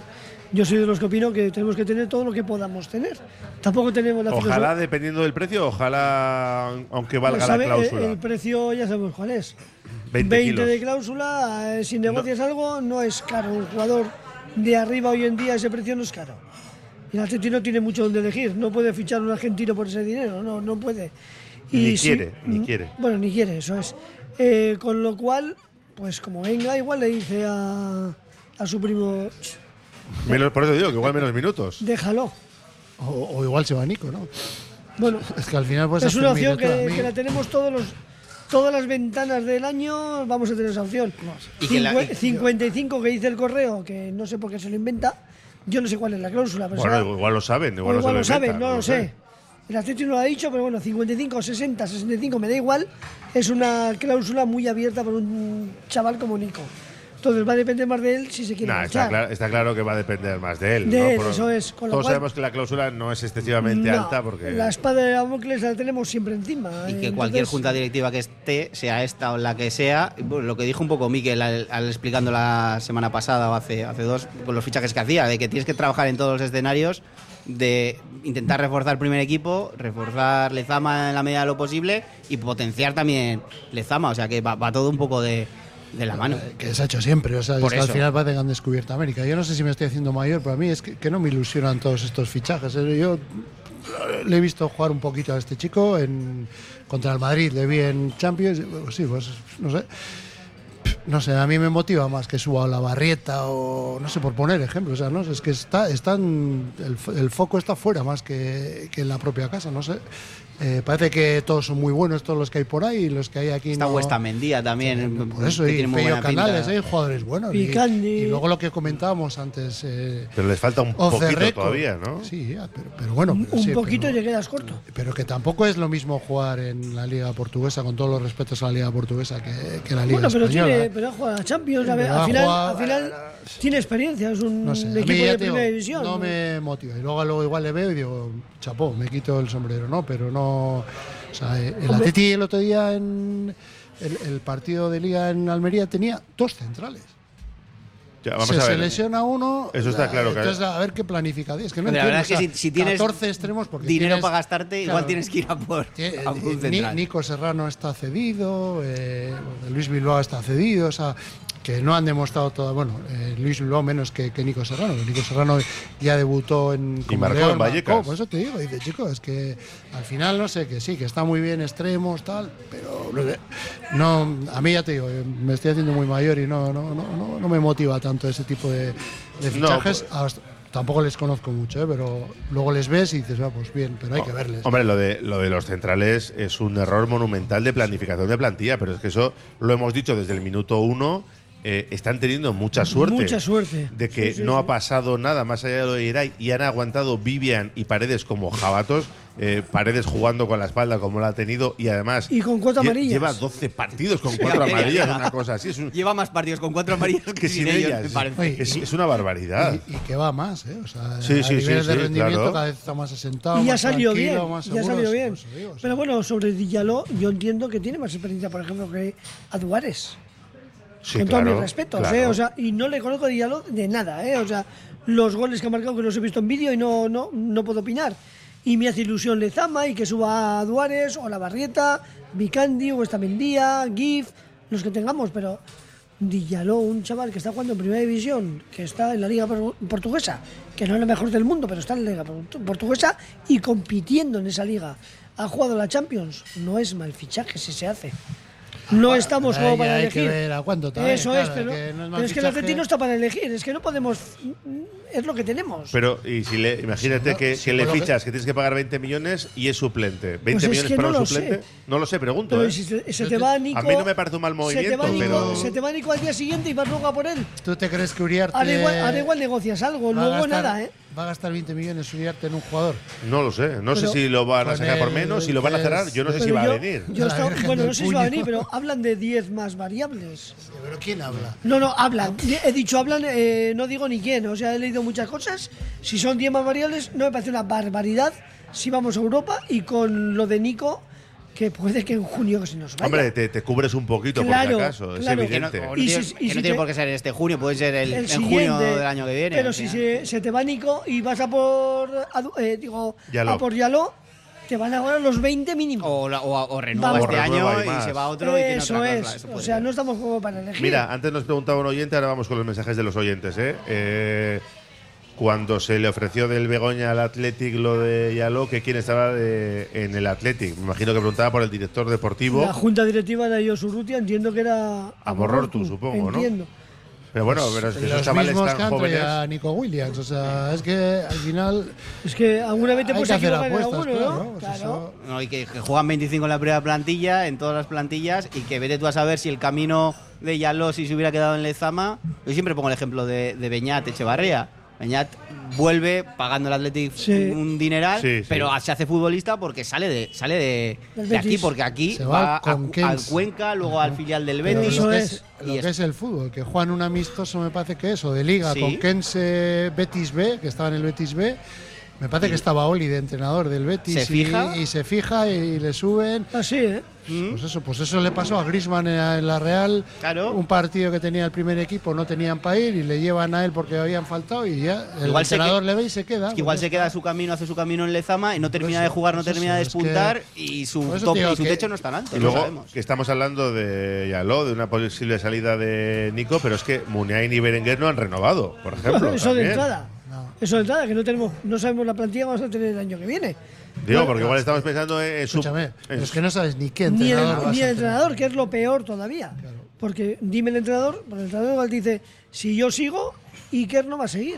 Speaker 4: yo soy de los que opino que tenemos que tener todo lo que podamos tener. Tampoco tenemos la
Speaker 1: Ojalá,
Speaker 4: filosofía-
Speaker 1: dependiendo del precio, ojalá, aunque valga
Speaker 3: Pues
Speaker 4: Ya Pues
Speaker 3: eh,
Speaker 4: sabe, eh,
Speaker 1: la cláusula.
Speaker 4: El, el precio ya sabemos cuál es.
Speaker 1: 20 kilos.
Speaker 4: de cláusula, eh, si negocias algo, no es caro. Un jugador de arriba hoy en día ese precio no es caro. Y el Atleti no tiene mucho donde elegir. No puede fichar un argentino por ese dinero, no, no puede.
Speaker 1: Ni
Speaker 4: si-
Speaker 1: quiere, ni quiere.
Speaker 4: Bueno, ni quiere, eso es. Eh, con lo cual, pues como venga, igual le dice a, a su primo, "Ch,
Speaker 1: Menos- por eso digo que igual menos minutos.
Speaker 4: déjalo.
Speaker 2: O, o igual se va Nico, ¿no?
Speaker 4: Bueno,
Speaker 2: Es que al final pues
Speaker 4: es una opción que, que la tenemos todos los todas las ventanas del año vamos a tener esa opción.
Speaker 3: Y que la-
Speaker 4: Cincue-
Speaker 3: y-
Speaker 4: 55 que dice el correo, que no sé por qué se lo inventa. Yo no sé cuál es la cláusula, pero será-
Speaker 1: Bueno, igual lo saben,
Speaker 4: o
Speaker 1: igual,
Speaker 4: Pues igual
Speaker 1: no
Speaker 4: lo
Speaker 1: se
Speaker 4: saben,
Speaker 1: inventan,
Speaker 4: no lo sé. El Atleti no lo ha dicho, pero bueno, 55, 60, 65, me da igual. Es una cláusula muy abierta para un chaval como Nico. Entonces va a depender más de él si se quiere
Speaker 1: Nah,
Speaker 4: marchar.
Speaker 1: está, claro, está claro que va a depender más de él.
Speaker 4: De
Speaker 1: ¿no?
Speaker 4: él,
Speaker 1: Por-
Speaker 4: eso es, con lo
Speaker 1: todos
Speaker 4: cual-
Speaker 1: sabemos que la cláusula no es excesivamente
Speaker 4: No,
Speaker 1: alta porque.
Speaker 4: La espada de Damocles la tenemos siempre encima.
Speaker 3: Y que
Speaker 4: entonces-
Speaker 3: cualquier junta directiva que esté, sea esta o la que sea, y, bueno, lo que dijo un poco Miquel al, al explicando la semana pasada o hace, hace dos, con los fichajes que hacía, de que tienes que trabajar en todos los escenarios, de intentar reforzar el primer equipo, reforzar Lezama en la medida de lo posible y potenciar también Lezama, o sea que va, va todo un poco de, de la mano.
Speaker 2: eh, Que se ha hecho siempre, o sea,
Speaker 3: Por
Speaker 2: es que al
Speaker 3: eso.
Speaker 2: final parece que han descubierto América. Yo no sé si me estoy haciendo mayor, pero a mí es que, que no me ilusionan todos estos fichajes. Eh, Yo eh, le he visto jugar un poquito a este chico en, contra el Madrid, le vi en Champions, y, bueno, sí, pues no sé. No sé, a mí me motiva más que suba a la barrieta o no sé, por poner ejemplos. O sea, no sé, es que está, están, el, fo- el foco está fuera más que, que en la propia casa, no sé. Eh, parece que todos son muy buenos, todos los que hay por ahí, y los que hay aquí.
Speaker 3: Está
Speaker 2: no-
Speaker 3: Huesta Mendía también,
Speaker 2: por pues eso,
Speaker 3: que
Speaker 2: y
Speaker 3: tiene muy
Speaker 2: Pello
Speaker 3: buena pinta.
Speaker 2: Canales, ¿eh? hay jugadores buenos. Y,
Speaker 4: Picandi.
Speaker 2: y luego lo que comentábamos antes, eh,
Speaker 1: Pero les falta un
Speaker 2: Once
Speaker 1: poquito
Speaker 2: Reco.
Speaker 1: todavía, ¿no?
Speaker 2: Sí, ya, pero, pero bueno.
Speaker 4: Un
Speaker 2: pero sí,
Speaker 4: poquito
Speaker 2: pero,
Speaker 4: te quedas corto.
Speaker 2: pero que tampoco es lo mismo jugar en la Liga Portuguesa, con todos los respetos a la Liga Portuguesa, que, que en la Liga
Speaker 4: Bueno, pero,
Speaker 2: Española. ¿eh?
Speaker 4: tiene, pero ha jugado a la Champions. a ver,
Speaker 2: Pero
Speaker 4: al
Speaker 2: ha
Speaker 4: final,
Speaker 2: jugado-
Speaker 4: al final tiene experiencia. Es un
Speaker 2: eh, no sé, a mí
Speaker 4: equipo
Speaker 2: ya te
Speaker 4: de
Speaker 2: digo,
Speaker 4: primera división.
Speaker 2: no
Speaker 4: ¿no?
Speaker 2: me motiva. Y luego, luego igual le veo y digo, chapó, me quito el sombrero, ¿no? Pero no. O sea, eh, el Atleti el otro día en el, el partido de Liga en Almería tenía dos centrales.
Speaker 1: Ya, vamos
Speaker 2: se,
Speaker 1: a
Speaker 2: se
Speaker 1: ver.
Speaker 2: lesiona uno.
Speaker 1: Eso está claro, claro.
Speaker 2: Entonces, a ver qué planifica. Es que no
Speaker 3: Pero la
Speaker 2: entiendo,
Speaker 3: verdad es que
Speaker 2: o sea,
Speaker 3: si, si tienes
Speaker 2: 14 extremos porque
Speaker 3: dinero
Speaker 2: tienes-
Speaker 3: para gastarte,
Speaker 2: claro,
Speaker 3: igual tienes que ir a por
Speaker 2: tie-
Speaker 3: a por un
Speaker 2: eh, Ni-
Speaker 3: central.
Speaker 2: Nico Serrano está cedido, eh, Luis Bilbao está cedido, o sea, que no han demostrado todo. Bueno, eh, Luis Bilbao menos que, que Nico Serrano. que Nico Serrano ya debutó en. como
Speaker 1: marcó
Speaker 2: León,
Speaker 1: en Vallecas.
Speaker 2: por eso te digo, dice, chico, es que al final no sé, que sí, que está muy bien extremos, tal, pero no sé, no, a mí ya te digo, eh, me estoy haciendo muy mayor y no, no, no, no, no me motiva tanto ese tipo de, de
Speaker 1: No,
Speaker 2: fichajes.
Speaker 1: pues-
Speaker 2: Hasta- Tampoco les conozco mucho, eh, pero luego les ves y dices, va, pues bien, pero hay que verles.
Speaker 1: Oh, Hombre, lo de, lo de los centrales es un error monumental de planificación de plantilla, pero es que eso lo hemos dicho desde el minuto uno. eh, están teniendo mucha suerte.
Speaker 4: Mucha suerte.
Speaker 1: De que
Speaker 4: Sí, sí,
Speaker 1: no
Speaker 4: sí.
Speaker 1: ha pasado nada más allá de lo de Irai y han aguantado Vivian y Paredes como jabatos. eh, paredes jugando con la espalda como la ha tenido y además.
Speaker 4: Y con cuatro
Speaker 1: lle-
Speaker 4: amarillas.
Speaker 1: Lleva 12 partidos con cuatro
Speaker 3: media
Speaker 1: amarillas,
Speaker 3: liga.
Speaker 1: una cosa así. Es, un-
Speaker 3: Lleva más partidos con cuatro amarillas que
Speaker 1: que sin ellas.
Speaker 3: me parece.
Speaker 2: Oye,
Speaker 1: Es,
Speaker 2: y-
Speaker 1: es una barbaridad.
Speaker 2: Y, y que va más, ¿eh? O sea,
Speaker 1: Sí, sí,
Speaker 2: a
Speaker 1: sí,
Speaker 2: niveles de
Speaker 1: sí,
Speaker 2: rendimiento
Speaker 1: claro.
Speaker 2: cada vez está más asentado.
Speaker 4: Y ya
Speaker 2: más
Speaker 4: salió bien,
Speaker 2: tranquilo, más
Speaker 4: ya
Speaker 2: seguro,
Speaker 4: salió
Speaker 2: sí,
Speaker 4: bien.
Speaker 2: por eso digo, sí.
Speaker 4: Pero bueno, sobre Diallo, yo entiendo que tiene más experiencia, por ejemplo, que Aduares.
Speaker 1: Sí,
Speaker 4: con todos
Speaker 1: claro,
Speaker 4: mis respetos,
Speaker 1: claro.
Speaker 4: ¿eh? O sea, y no le conozco a Diallo de nada, ¿eh? O sea, los goles que ha marcado que los he visto en vídeo y no, no, no puedo opinar. Y me hace ilusión Lezama y que suba a Duárez o la Barrieta, Vicandi o Estamendía, GIF, los que tengamos, pero Diallo, un chaval que está jugando en Primera División, que está en la Liga Por- Portuguesa, que no es la mejor del mundo, pero está en la Liga Por- Portuguesa y compitiendo en esa liga. Ha jugado la Champions, no es mal fichaje si se hace. No estamos
Speaker 2: ahí
Speaker 4: como para
Speaker 2: hay que
Speaker 4: elegir.
Speaker 2: ver a cuánto también,
Speaker 4: Eso
Speaker 2: claro,
Speaker 4: es, pero,
Speaker 2: que no es mal
Speaker 4: pero es que el
Speaker 2: fichaje.
Speaker 4: argentino está para elegir, es que no podemos. mm, Es lo que tenemos.
Speaker 1: Pero y si
Speaker 4: Pues
Speaker 1: le, imagínate
Speaker 2: Sí,
Speaker 1: que,
Speaker 2: sí,
Speaker 1: que le
Speaker 2: bueno,
Speaker 1: fichas, que tienes que pagar 20 millones y es suplente. 20
Speaker 4: Pues es
Speaker 1: millones
Speaker 4: que
Speaker 1: para
Speaker 4: no
Speaker 1: un
Speaker 4: lo
Speaker 1: suplente.
Speaker 4: sé.
Speaker 1: No lo sé, pregunto.
Speaker 4: Pero
Speaker 1: ¿eh?
Speaker 4: si se, se te va Nico.
Speaker 1: a mí no me parece un mal
Speaker 4: se te va
Speaker 1: movimiento,
Speaker 4: Nico-
Speaker 1: pero-
Speaker 4: se te va Nico al día siguiente y vas luego a por él.
Speaker 2: ¿Tú te crees que Uriarte.
Speaker 4: Ahora igual, ahora igual negocias algo,
Speaker 2: va a
Speaker 4: luego
Speaker 2: gastar-
Speaker 4: nada, ¿eh?
Speaker 2: Va a gastar 20 millones Uriarte en un jugador.
Speaker 1: No lo sé. No sé
Speaker 4: Pero- pues,
Speaker 1: si lo van a
Speaker 2: Con
Speaker 1: sacar por
Speaker 2: el-
Speaker 1: menos, si lo van a cerrar. Yo no sé
Speaker 4: Pero
Speaker 1: si va
Speaker 4: yo-
Speaker 1: a venir.
Speaker 4: yo
Speaker 2: A la
Speaker 4: estaba-
Speaker 2: Virgen
Speaker 4: bueno,
Speaker 2: del
Speaker 4: no sé si va a
Speaker 2: Puño.
Speaker 4: venir, pero hablan de 10 más variables.
Speaker 2: Pero ¿quién habla?
Speaker 4: No, no, hablan. He dicho hablan, eh, no digo ni quién. O sea, he leído muchas cosas. Si son 10 más variables, no me parece una barbaridad si vamos a Europa y con lo de Nico, que puede que en junio se nos vaya.
Speaker 1: Hombre, te, te cubres un poquito
Speaker 4: Claro,
Speaker 1: por si acaso. Es
Speaker 4: claro.
Speaker 3: Que no, o
Speaker 1: evidente.
Speaker 3: no
Speaker 4: Y
Speaker 3: tiene-
Speaker 4: si- y
Speaker 3: que no
Speaker 4: si
Speaker 3: tiene
Speaker 4: te-
Speaker 3: por qué ser este junio, puede ser el,
Speaker 4: el
Speaker 3: en
Speaker 4: siguiente.
Speaker 3: junio del año que viene.
Speaker 4: Pero
Speaker 3: o
Speaker 4: si
Speaker 3: sea.
Speaker 4: se, se te va Nico y vas a por Adu- eh, digo
Speaker 1: Yaló.
Speaker 4: a por Yaló, te van a ahora los 20 mínimo.
Speaker 3: O, la- o, o renueva
Speaker 4: Vamos.
Speaker 3: este
Speaker 1: O renueva y
Speaker 3: año y,
Speaker 1: más.
Speaker 3: se va a otro y tiene otra
Speaker 4: eso
Speaker 3: cosa,
Speaker 4: es.
Speaker 3: eso
Speaker 4: o
Speaker 3: puede
Speaker 4: sea,
Speaker 3: ser.
Speaker 4: no estamos como para elegir.
Speaker 1: Mira, antes nos preguntaba un oyente, ahora vamos con los mensajes de los oyentes. ¿eh? Eh, cuando se le ofreció del Begoña al Athletic lo de Yaló, que quién estaba de- en el Athletic. Me imagino que preguntaba por el director deportivo.
Speaker 4: la junta directiva de Ayos Urrutia entiendo que era.
Speaker 1: Aborrortu, supongo, ¿no?
Speaker 4: Entiendo.
Speaker 1: Pero bueno, pero es que esos
Speaker 2: Los
Speaker 1: chavales
Speaker 2: mismos que
Speaker 1: tan
Speaker 2: han traído
Speaker 1: jóvenes.
Speaker 2: a Nico Williams. O sea, es que al final.
Speaker 4: Es que alguna vez te
Speaker 2: Hay
Speaker 4: puedes
Speaker 2: que hacer
Speaker 4: equivocar en
Speaker 2: apuestas,
Speaker 4: alguno,
Speaker 2: claro,
Speaker 4: ¿no?
Speaker 2: ¿no? Pues
Speaker 4: Claro.
Speaker 2: eso-
Speaker 3: No, y que, que juegan 25 en la primera plantilla, en todas las plantillas, y que vete tú a saber si el camino de Yaló, si se hubiera quedado en Lezama. Yo siempre pongo el ejemplo de, de Beñat Echevarría. Beñat vuelve pagando al Athletic
Speaker 4: Sí.
Speaker 3: un dineral,
Speaker 1: Sí, sí.
Speaker 3: pero se hace futbolista porque sale de sale de,
Speaker 4: Del
Speaker 3: de aquí,
Speaker 4: Betis.
Speaker 3: porque aquí
Speaker 2: Se
Speaker 3: va,
Speaker 2: va
Speaker 3: a-
Speaker 2: con
Speaker 3: al
Speaker 2: Keynes.
Speaker 3: Cuenca, luego al filial del
Speaker 2: Pero
Speaker 3: Betis.
Speaker 4: eso
Speaker 2: lo que
Speaker 4: es.
Speaker 2: es, lo
Speaker 3: y
Speaker 2: que
Speaker 3: es-
Speaker 2: es el fútbol, que juegan un amistoso, me parece que eso, de liga,
Speaker 3: Sí.
Speaker 2: con Kense Betis B, que estaba en el Betis B. Me parece que estaba Oli de entrenador del Betis
Speaker 3: ¿Se
Speaker 2: y-
Speaker 3: fija? Mm.
Speaker 2: y se fija y le suben
Speaker 4: Así, ¿eh?
Speaker 2: Pues eso, pues eso le pasó a Griezmann en la- en la Real.
Speaker 3: Claro.
Speaker 2: Un partido que tenía el primer equipo, no tenían para ir y le llevan a él porque habían faltado y ya el
Speaker 3: Igual se
Speaker 2: entrenador
Speaker 3: que-
Speaker 2: le ve y se queda.
Speaker 3: Es que igual
Speaker 2: Pues
Speaker 3: se queda su camino, hace su camino en Lezama y no termina
Speaker 2: eso,
Speaker 3: de jugar, no
Speaker 2: eso
Speaker 3: termina
Speaker 2: sí,
Speaker 3: de
Speaker 2: es que-
Speaker 3: despuntar y su,
Speaker 2: por eso
Speaker 3: top-
Speaker 2: te digo
Speaker 3: y su
Speaker 2: que-
Speaker 3: techo no está alto,
Speaker 1: Y
Speaker 3: lo
Speaker 1: luego
Speaker 3: sabemos.
Speaker 1: que estamos hablando de Yaló, de una posible salida de Nico, pero es que Muniain y Berenguer no han renovado, por ejemplo.
Speaker 4: eso de
Speaker 1: también.
Speaker 4: entrada. Eso de entrada, que no tenemos, no sabemos la plantilla que vamos a tener el año que viene.
Speaker 1: Digo, porque igual estamos pensando en su.
Speaker 2: Escúchame,
Speaker 1: en
Speaker 2: pero es
Speaker 1: su-
Speaker 2: que no sabes ni qué
Speaker 4: ni el,
Speaker 2: entrenador vas a
Speaker 4: ni el
Speaker 2: tener.
Speaker 4: entrenador, que es lo peor todavía. Porque dime el entrenador, porque el entrenador igual dice, si yo sigo, Iker no va a seguir.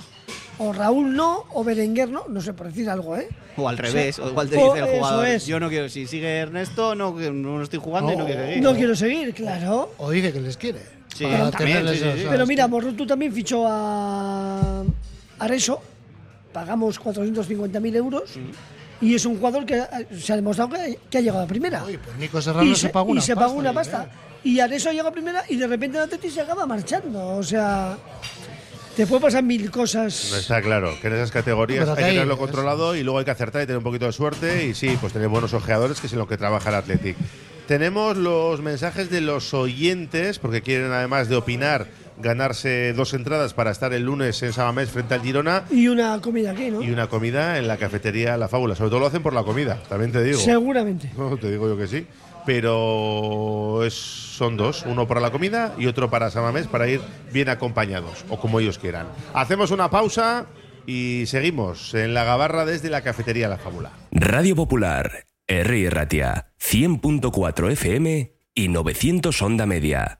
Speaker 4: O Raúl no, o Berenguer no, no sé, por decir algo, ¿eh?
Speaker 3: O al revés, o igual te
Speaker 4: o
Speaker 3: dice el
Speaker 4: eso
Speaker 3: jugador.
Speaker 4: es.
Speaker 3: Yo no quiero, si sigue Ernesto, no, no estoy jugando y no
Speaker 2: No.
Speaker 3: quiero seguir.
Speaker 4: No quiero seguir, claro.
Speaker 2: O dice que les quiere.
Speaker 3: Sí,
Speaker 2: para
Speaker 3: también,
Speaker 2: tenerles
Speaker 3: sí, sí,
Speaker 2: eso,
Speaker 3: sí.
Speaker 2: ¿sabes?
Speaker 4: Pero mira, Morrutu también fichó a Areso, pagamos 450.000 euros, y es un jugador que ha- se ha demostrado que, que ha llegado a primera.
Speaker 2: Oye, pues Nico Serrano
Speaker 4: y
Speaker 2: se, pagó una
Speaker 4: y se
Speaker 2: pasta.
Speaker 4: pagó una pasta.
Speaker 2: ¿eh?
Speaker 4: Y Areso llega a primera y de repente el Atleti se acaba marchando. O sea, te puede pasar mil cosas.
Speaker 1: No está claro, que en esas categorías
Speaker 2: Pero
Speaker 1: hay
Speaker 2: que
Speaker 1: que
Speaker 2: hay-
Speaker 1: tenerlo controlado y luego hay que acertar y tener un poquito de suerte. Y sí, pues tener buenos ojeadores, que es en lo que trabaja el Athletic. Tenemos los mensajes de los oyentes, porque quieren además de opinar, ganarse dos entradas para estar el lunes en Samamés frente al Girona
Speaker 4: Y una comida aquí, ¿no?
Speaker 1: y una comida en la cafetería La Fábula. Sobre todo lo hacen por la comida, también te digo.
Speaker 4: Seguramente.
Speaker 1: No, te digo yo que sí. pero es- son dos, uno para la comida y otro para Samamés, para ir bien acompañados o como ellos quieran. Hacemos una pausa y seguimos en la gabarra desde la cafetería La Fábula.
Speaker 5: Radio Popular, R. Ratia, 100.4 FM y 900 Onda Media.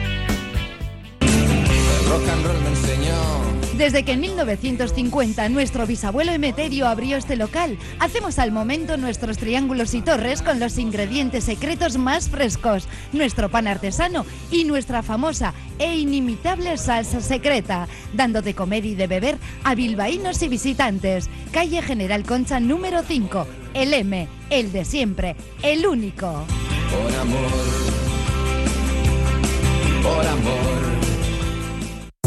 Speaker 6: Desde que en 1950 nuestro bisabuelo Emeterio abrió este local, hacemos al momento nuestros triángulos y torres con los ingredientes secretos más frescos, nuestro pan artesano y nuestra famosa e inimitable salsa secreta, dando de comer y de beber a bilbaínos y visitantes. Calle General Concha número 5, el M, el de siempre, el único.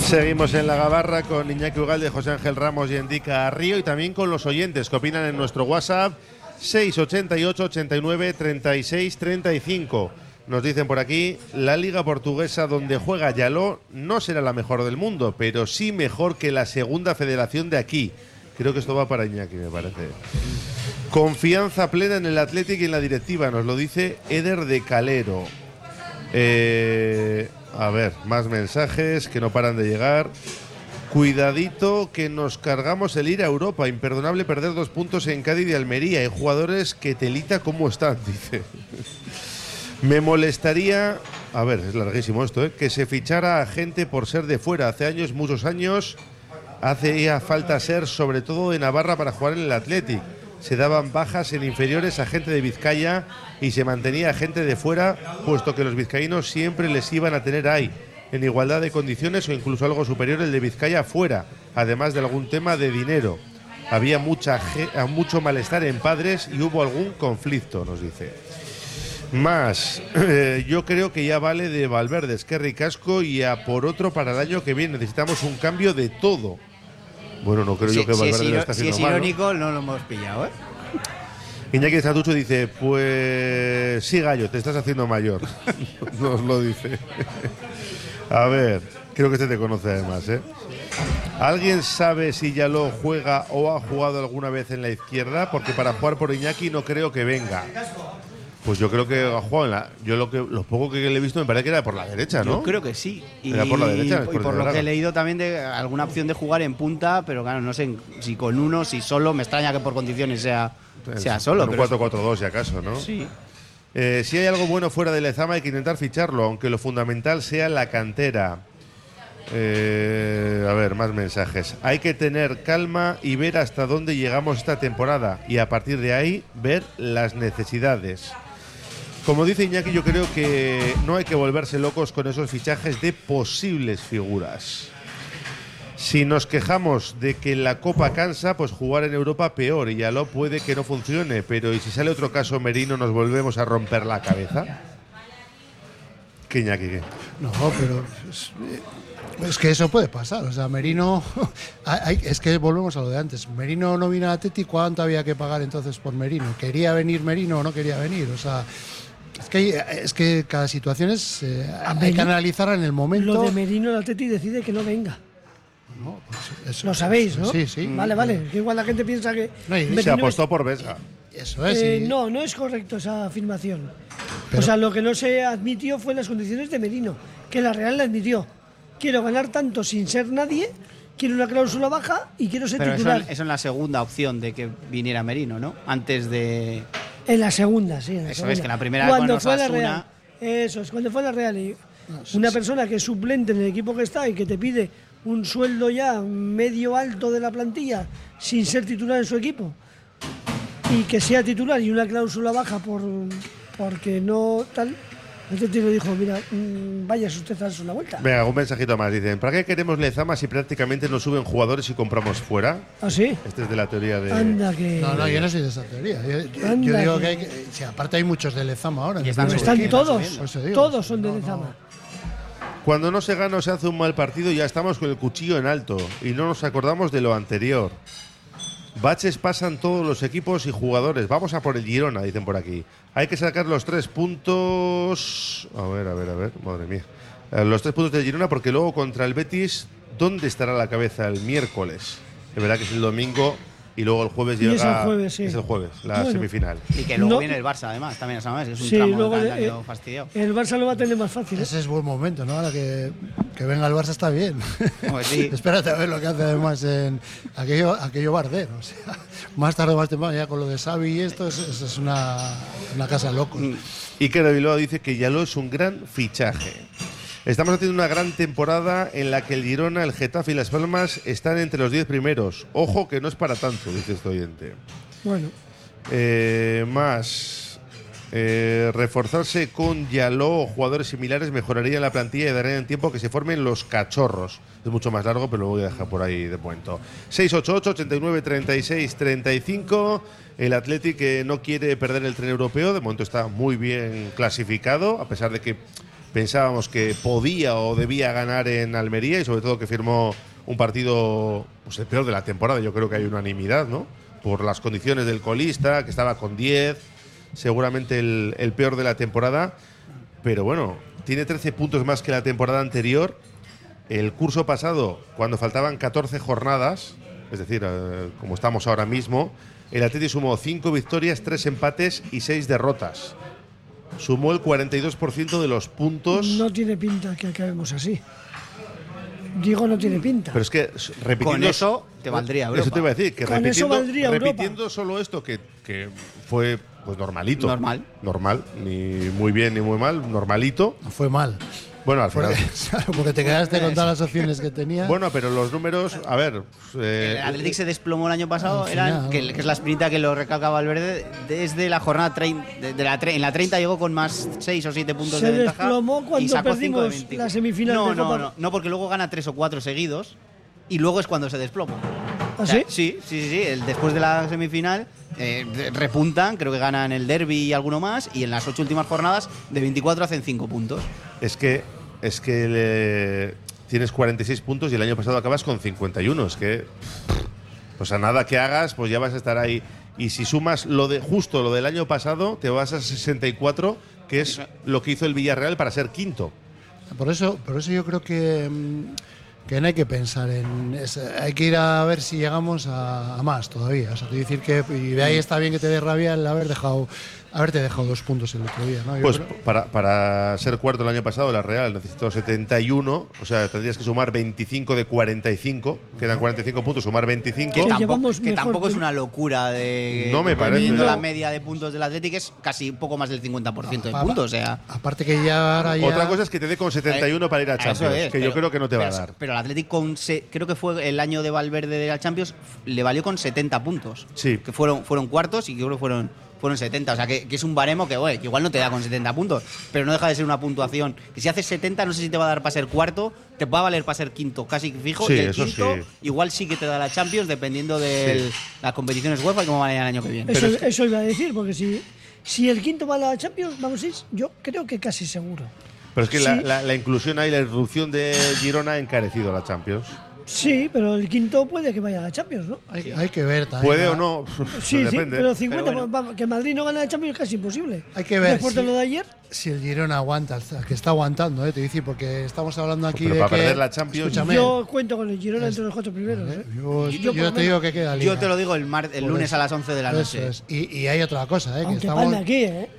Speaker 1: Seguimos en la gabarra con Iñaki Ugalde, José Ángel Ramos y Endica Río y también con los oyentes que opinan en nuestro WhatsApp 688 89 36 35. Nos dicen por aquí, la liga portuguesa donde juega Yaló no será la mejor del mundo, pero sí mejor que la segunda federación de aquí. Creo que esto va para Iñaki, me parece. Confianza plena en el Atlético y en la directiva, nos lo dice Eder de Calero. Eh, a ver, más mensajes que no paran de llegar. Cuidadito que nos cargamos el ir a Europa. Imperdonable perder dos puntos en Cádiz y Almería. Hay jugadores que telita cómo están, dice. Me molestaría, a ver, es larguísimo esto, ¿eh? que se fichara a gente por ser de fuera. Hace años, muchos años, hacía falta ser, sobre todo de Navarra, para jugar en el Athletic. Se daban bajas en inferiores a gente de Vizcaya y se mantenía a gente de fuera, puesto que los vizcaínos siempre les iban a tener ahí, en igualdad de condiciones o incluso algo superior el de Vizcaya fuera, además de algún tema de dinero. Había mucha, ge- a mucho malestar en padres y hubo algún conflicto, nos dice. Más, eh, yo creo que ya vale de Valverde, es que ricasco y a por otro para el año que viene. Necesitamos un cambio de todo. Bueno, no creo
Speaker 3: Si,
Speaker 1: yo que
Speaker 3: si
Speaker 1: Valverde
Speaker 3: es,
Speaker 1: lo
Speaker 3: iro-
Speaker 1: está
Speaker 3: si
Speaker 1: haciendo
Speaker 3: es
Speaker 1: mal, ¿no?
Speaker 3: irónico, ¿no? lo hemos pillado, ¿eh?
Speaker 1: Iñaki Estatucho dice, pues sí, gallo, te estás haciendo mayor. Nos lo dice. A ver, creo que este te conoce además, ¿eh? ¿Alguien sabe si Yaló juega o ha jugado alguna vez en la izquierda? Porque para jugar por Iñaki no creo que venga. Pues yo creo que ha jugado en la. Yo lo que lo poco que le he visto me parece que era por la derecha, ¿Ah, ¿no?
Speaker 3: Yo creo que sí. Y
Speaker 1: Era por la derecha,
Speaker 3: y
Speaker 1: por
Speaker 3: por lo
Speaker 1: Zaragoza.
Speaker 3: que he leído también de alguna opción de jugar en punta, pero claro, no sé en- si con uno, si solo. Me extraña que por condiciones sea, sea solo.
Speaker 1: Un
Speaker 3: pero
Speaker 1: 4-4-2, si acaso, ¿no?
Speaker 3: sí.
Speaker 1: Eh, si hay algo bueno fuera de Lezama hay que intentar ficharlo, aunque lo fundamental sea la cantera. Eh, a ver, más mensajes. Hay que tener calma y ver hasta dónde llegamos esta temporada y a partir de ahí ver las necesidades. Como dice Iñaki, yo creo que no hay que volverse locos con esos fichajes de posibles figuras. Si nos quejamos de que la Copa cansa, pues jugar en Europa peor y ya lo puede que no funcione. Pero ¿y si sale otro caso Merino nos volvemos a romper la cabeza? ¿Qué Iñaki? qué?
Speaker 2: No, pero es, eh, es que eso puede pasar. O sea, Merino. hay- hay- es que volvemos a lo de antes. Merino no vino a Atleti, ¿cuánto había que pagar entonces por Merino? ¿Quería venir Merino o no quería venir? O sea. Es que, hay- es que cada situación es, eh, hay que
Speaker 4: Merino-
Speaker 2: analizarla en el
Speaker 4: Lo
Speaker 2: momento.
Speaker 4: de Merino el Atleti decide que no venga.
Speaker 2: No, pues eso-
Speaker 4: Lo sabéis, ¿no?
Speaker 2: Sí, sí.
Speaker 4: Vale, vale. Que igual la gente piensa que.
Speaker 2: No, y se
Speaker 1: Se
Speaker 4: Merino
Speaker 1: apostó por Besa.
Speaker 2: Eso es.
Speaker 4: Eh,
Speaker 2: y-
Speaker 4: No, no es correcto esa afirmación.
Speaker 2: Pero-
Speaker 4: o sea, lo que no se admitió fue las condiciones de Merino, que la Real la admitió. Quiero ganar tanto sin ser nadie, quiero una cláusula baja y quiero ser
Speaker 3: Pero eso,
Speaker 4: titular.
Speaker 3: eso es la segunda opción de que viniera Merino, ¿no? Antes de.
Speaker 4: En la segunda, sí. En la
Speaker 3: Eso
Speaker 4: segunda.
Speaker 3: es, que la primera
Speaker 4: cuando
Speaker 3: con
Speaker 4: fue a la
Speaker 3: Osasuna-
Speaker 4: Real. Eso es, cuando fue a la Real. y una persona que es suplente en el equipo que está y que te pide un sueldo ya medio alto de la plantilla sin ser titular en su equipo y que sea titular y una cláusula baja por porque no tal. Entonces le dijo, mira, mm, vaya usted a darse una vuelta.
Speaker 1: Venga, un mensajito más. Dicen, ¿para qué queremos Lezama si prácticamente nos suben jugadores y compramos fuera?
Speaker 4: ¿Ah, sí?
Speaker 1: Este es de la teoría de...
Speaker 4: Anda que...
Speaker 2: No, no, yo no soy de esa teoría. Yo, yo-
Speaker 4: Anda,
Speaker 2: yo digo
Speaker 4: que-
Speaker 2: que, hay que- sí, aparte hay muchos de Lezama ahora.
Speaker 3: Y están
Speaker 4: Pero
Speaker 2: Pero
Speaker 3: sobre-
Speaker 4: están
Speaker 3: subiendo,
Speaker 4: todos,
Speaker 3: subiendo.
Speaker 2: Por eso Pues digo,
Speaker 4: todos son de
Speaker 2: no, no.
Speaker 4: Lezama.
Speaker 1: Cuando no se gana o se hace un mal partido, ya estamos con el cuchillo en alto y no nos acordamos de lo anterior. Baches pasan todos los equipos y jugadores. Vamos a por el Girona, dicen por aquí. Hay que sacar los tres puntos. A ver, a ver, a ver. Madre mía. Eh, Los tres puntos de Girona, porque luego contra el Betis, ¿dónde estará la cabeza el miércoles? De verdad que es el domingo y luego el jueves
Speaker 4: Y
Speaker 1: llega.
Speaker 4: es el jueves, sí.
Speaker 1: es el jueves, la
Speaker 4: Bueno.
Speaker 1: semifinal.
Speaker 3: Y que luego
Speaker 4: No.
Speaker 3: viene el Barça, además, también esa vez. Es un
Speaker 4: Sí,
Speaker 3: tramo
Speaker 4: luego
Speaker 3: de
Speaker 4: le-
Speaker 3: calendario
Speaker 4: eh,
Speaker 3: fastidiado.
Speaker 4: El Barça lo va a tener más fácil. ¿eh?
Speaker 2: Ese es buen momento, ¿no? Ahora que, que venga el Barça está bien.
Speaker 3: Pues sí.
Speaker 2: Espérate a ver lo que hace además en aquello, aquello Barder. O sea, más tarde o más temprano, ya con lo de Xavi y esto, es, es- es una, una casa loco.
Speaker 1: Iker Bilbao dice que Yaló es un gran fichaje. Estamos haciendo una gran temporada en la que el Girona, el Getafe y Las Palmas están entre los 10 primeros. Ojo que no es para tanto, dice este oyente.
Speaker 4: Bueno,
Speaker 1: Eh, más. eh, reforzarse con Yaló o jugadores similares mejoraría la plantilla y daría en tiempo que se formen los cachorros. Es mucho más largo, pero lo voy a dejar por ahí de momento. 688 89 36 35 El Athletic eh, no quiere perder el tren europeo. De momento está muy bien clasificado, a pesar de que pensábamos que podía o debía ganar en Almería y sobre todo que firmó un partido pues, el peor de la temporada. Yo creo que hay unanimidad, ¿no? Por las condiciones del colista, que estaba con 10, seguramente el, el peor de la temporada. Pero bueno, tiene 13 puntos más que la temporada anterior. El curso pasado, cuando faltaban 14 jornadas, es decir, eh, como estamos ahora mismo, el Atleti sumó 5 victorias, 3 empates y 6 derrotas. Sumó el 42% de los puntos.
Speaker 4: no tiene pinta que acabemos así. Digo, no tiene pinta.
Speaker 1: Pero es que s- repitiendo.
Speaker 3: Con eso te valdría Europa.
Speaker 1: Eso te iba a decir, que
Speaker 4: Con eso
Speaker 1: repitiendo,
Speaker 4: valdría Europa.
Speaker 1: repitiendo solo esto que, que fue pues normalito.
Speaker 3: Normal.
Speaker 1: Normal, ni muy bien ni muy mal, normalito.
Speaker 2: No fue mal.
Speaker 1: Bueno, al final.
Speaker 2: Porque,
Speaker 4: Pues,
Speaker 2: claro, porque te quedaste con todas las opciones que tenía.
Speaker 1: Bueno, pero los números, a ver. eh,
Speaker 3: El Athletic se desplomó el año pasado,
Speaker 2: Al
Speaker 3: eran,
Speaker 2: final.
Speaker 3: que, que es la espinita que lo recalca Valverde, desde la jornada trein- de, de la tre- en la 30 llegó con más 6 o 7 puntos
Speaker 4: Se
Speaker 3: de ventaja.
Speaker 4: desplomó cuando
Speaker 3: y sacó cinco de
Speaker 4: perdimos
Speaker 3: 21.
Speaker 4: la semifinal
Speaker 3: No,
Speaker 4: de
Speaker 3: no,
Speaker 4: Copa-
Speaker 3: no, no, porque luego gana 3 o 4 seguidos y luego es cuando se desploma.
Speaker 4: ¿Ah,
Speaker 3: O sea,
Speaker 4: sí?
Speaker 3: Sí, sí, sí, sí, el- después de la semifinal eh, de- repuntan, creo que ganan el derby y alguno más, y en las ocho últimas jornadas de 24 hacen 5 puntos.
Speaker 1: es que. Es que le- tienes 46 puntos y el año pasado acabas con 51. Es que. Pues a nada que hagas, pues ya vas a estar ahí. Y si sumas lo de justo lo del año pasado, te vas a 64, que es lo que hizo el Villarreal para ser quinto.
Speaker 2: Por eso, por eso yo creo que, mm, que no hay que pensar en. es- hay que ir a ver si llegamos a, a más todavía. O sea, quiero decir que. Y de ahí está bien que te dé rabia el haber dejado, haberte dejado dos puntos el otro día, ¿no? Yo
Speaker 1: Pues
Speaker 2: creo-
Speaker 1: para, para ser cuarto el año pasado, la Real necesitó 71, o sea, tendrías que sumar 25 de 45, quedan 45 puntos, sumar 25.
Speaker 4: Que
Speaker 3: Que tampoco,
Speaker 4: llevamos
Speaker 3: que
Speaker 4: mejor
Speaker 3: tampoco es
Speaker 4: tiempo.
Speaker 3: una locura de.
Speaker 1: No me parece.
Speaker 3: Viendo la
Speaker 1: No.
Speaker 3: media de puntos del Atlético es casi un poco más del 50% de
Speaker 2: Pa-
Speaker 3: puntos, o sea.
Speaker 2: Aparte que ya ahora ya.
Speaker 1: Otra cosa es que te dé con 71 para ir a
Speaker 3: Eso
Speaker 1: Champions,
Speaker 3: es,
Speaker 1: que yo
Speaker 3: pero-
Speaker 1: creo que no te va a
Speaker 3: pero-
Speaker 1: dar.
Speaker 3: Pero el Atlético, con se- creo que fue el año de Valverde de la Champions, f- le valió con 70 puntos.
Speaker 1: Sí.
Speaker 3: Que fueron, fueron cuartos y creo que fueron, fueron 70. O sea, que, que es un baremo que, oye, que igual no te da con 70 puntos, pero no deja de ser una puntuación. Que si haces 70, no sé si te va a dar para ser cuarto, te va a valer para ser quinto, casi fijo.
Speaker 1: Sí,
Speaker 3: y el
Speaker 1: eso
Speaker 3: quinto,
Speaker 1: sí.
Speaker 3: igual sí que te da la Champions, dependiendo de
Speaker 1: Sí.
Speaker 3: las competiciones UEFA y cómo van a ir el año que viene.
Speaker 4: Eso, eso iba a decir, porque si, si el quinto va a la Champions, vamos a ir, yo creo que casi seguro.
Speaker 1: Pero es que la,
Speaker 4: Sí.
Speaker 1: la- la inclusión ahí, la irrupción de Girona ha encarecido la Champions.
Speaker 4: Sí, pero el quinto puede que vaya a la Champions, ¿no?
Speaker 2: Hay, hay que ver también.
Speaker 1: Puede
Speaker 2: ¿no?
Speaker 1: o no,
Speaker 4: Sí, sí,
Speaker 1: Pues depende. ¿eh?
Speaker 4: pero 50,
Speaker 3: Pero bueno.
Speaker 4: vamos, que Madrid no gana la Champions es casi imposible.
Speaker 2: Hay que ver
Speaker 4: Después de
Speaker 2: si-
Speaker 4: lo de ayer,
Speaker 2: Si el Girona aguanta, que está aguantando, ¿eh? te decir, porque estamos hablando aquí
Speaker 1: Pero
Speaker 2: de
Speaker 1: para
Speaker 2: que-
Speaker 1: perder la Champions-
Speaker 2: Escúchame,
Speaker 4: yo cuento con el Girona entre los cuatro primeros.
Speaker 2: ¿eh?
Speaker 4: ¿eh?
Speaker 2: yo,
Speaker 4: Yo por
Speaker 2: yo
Speaker 4: lo
Speaker 2: te
Speaker 4: menos-
Speaker 2: digo que queda liga.
Speaker 3: Yo te lo digo el, mar- el
Speaker 2: Por
Speaker 3: lunes
Speaker 2: eso.
Speaker 3: a las 11 de la
Speaker 2: Eso
Speaker 3: noche.
Speaker 2: es. Y, y hay otra cosa, ¿eh? que
Speaker 4: Aunque
Speaker 2: estamos,
Speaker 4: van aquí, ¿eh?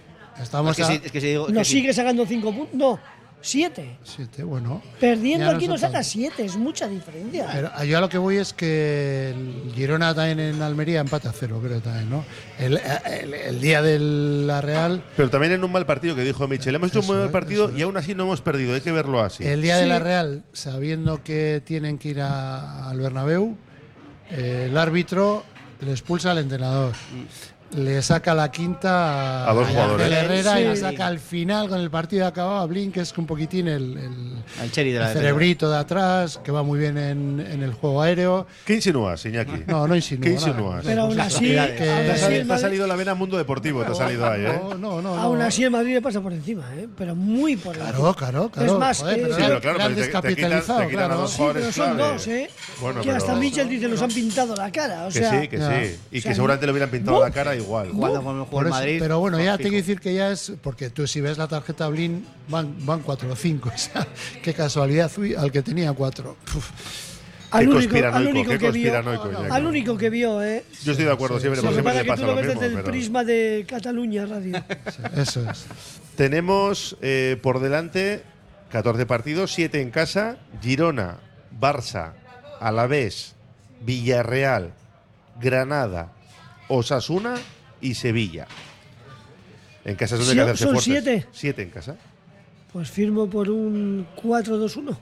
Speaker 2: estamos
Speaker 3: Es que
Speaker 2: a-
Speaker 3: si- es que si digo- que
Speaker 4: Nos
Speaker 3: si-
Speaker 4: sigue sacando cinco puntos. No, siete.
Speaker 2: siete, bueno.
Speaker 4: Perdiendo
Speaker 2: Ya
Speaker 4: aquí nos
Speaker 2: sacan.
Speaker 4: saca siete, es mucha diferencia.
Speaker 2: Pero yo a lo que voy es que el Girona también en Almería empate a cero, creo también, ¿no? El, el- el día de la Real,
Speaker 1: Pero también en un mal partido que dijo Michel. Hemos hecho
Speaker 2: Eso
Speaker 1: un mal
Speaker 2: es,
Speaker 1: partido
Speaker 2: eso
Speaker 1: y aún así no hemos perdido. Hay que verlo así.
Speaker 2: el día de
Speaker 4: Sí.
Speaker 2: la Real, sabiendo que tienen que ir a- al Bernabéu, eh, el árbitro le expulsa al entrenador. Le saca la quinta
Speaker 1: Mm. A dos
Speaker 2: Ángel
Speaker 1: jugadores.
Speaker 2: Herrera y la
Speaker 4: Sí.
Speaker 2: saca al final con el partido acabado a Blin, que es un poquitín el, el-
Speaker 3: Al Cheri de la
Speaker 2: el
Speaker 3: defensa.
Speaker 2: cerebrito de atrás, que va muy bien en, en el juego aéreo.
Speaker 1: ¿Qué insinúas, Iñaki?
Speaker 2: No, no insinúa.
Speaker 1: ¿Qué
Speaker 2: nada.
Speaker 1: insinúas?
Speaker 4: Pero aún así,
Speaker 2: Que-
Speaker 4: aún
Speaker 1: Te ha
Speaker 4: así
Speaker 1: sali-
Speaker 4: el
Speaker 1: Eh, te ha
Speaker 4: Madrid-
Speaker 1: salido la vena Mundo Deportivo,
Speaker 4: Oh.
Speaker 1: te ha salido ahí, ¿eh?
Speaker 2: No, no, no.
Speaker 4: Aún
Speaker 2: no.
Speaker 4: así el Madrid le pasa por encima, ¿eh? pero muy por encima.
Speaker 2: Claro, claro, claro.
Speaker 4: Es más,
Speaker 2: Joder,
Speaker 4: que-
Speaker 2: pero
Speaker 4: Sí,
Speaker 1: pero
Speaker 2: le-
Speaker 1: claro,
Speaker 2: le han
Speaker 1: pero te- te quitan- te
Speaker 2: descapitalizado,
Speaker 1: quitan a
Speaker 2: claro.
Speaker 1: dos
Speaker 4: Sí, pero
Speaker 1: Jugadores
Speaker 4: son
Speaker 1: clave.
Speaker 4: dos, ¿eh?
Speaker 1: Bueno,
Speaker 4: que hasta
Speaker 1: pero-
Speaker 4: Mitchell dice nos han pintado la cara. O
Speaker 1: Que
Speaker 4: sea,
Speaker 1: sí, que
Speaker 2: ya.
Speaker 1: sí. Y
Speaker 4: O
Speaker 1: que
Speaker 4: sea,
Speaker 1: seguramente le hubieran pintado
Speaker 4: no.
Speaker 1: la cara igual.
Speaker 3: Jugando con el juego
Speaker 2: Por
Speaker 3: del
Speaker 2: eso-
Speaker 3: Madrid.
Speaker 2: pero bueno, ya te
Speaker 3: fijo.
Speaker 2: quiero decir que ya es. Porque tú, si ves la tarjeta Blin, van, van cuatro o cinco. O sea, qué casualidad. Uy, al que tenía cuatro. Puf,
Speaker 4: al
Speaker 1: Qué
Speaker 4: único, al
Speaker 1: conspiranoico,
Speaker 4: único
Speaker 1: qué
Speaker 4: que vio.
Speaker 1: conspiranoico, Iñaki.
Speaker 4: Al único que vio, ¿eh?
Speaker 1: Yo estoy de acuerdo siempre,
Speaker 4: Lo
Speaker 1: porque
Speaker 4: que
Speaker 1: siempre le
Speaker 4: pasa que tú
Speaker 1: pasa
Speaker 4: lo
Speaker 1: lo
Speaker 4: ves
Speaker 1: mismo.
Speaker 4: desde el
Speaker 1: pero-
Speaker 4: prisma de Cataluña Radio.
Speaker 2: eso es.
Speaker 1: Tenemos eh, por delante 14 partidos, 7 en casa, Girona, Barça, Alavés, Villarreal, Granada, Osasuna y Sevilla. En casa es donde hay que hacerse
Speaker 4: Sí, son
Speaker 1: fuertes.
Speaker 4: siete.
Speaker 1: Siete en casa.
Speaker 4: Pues firmo por un 4-2-1.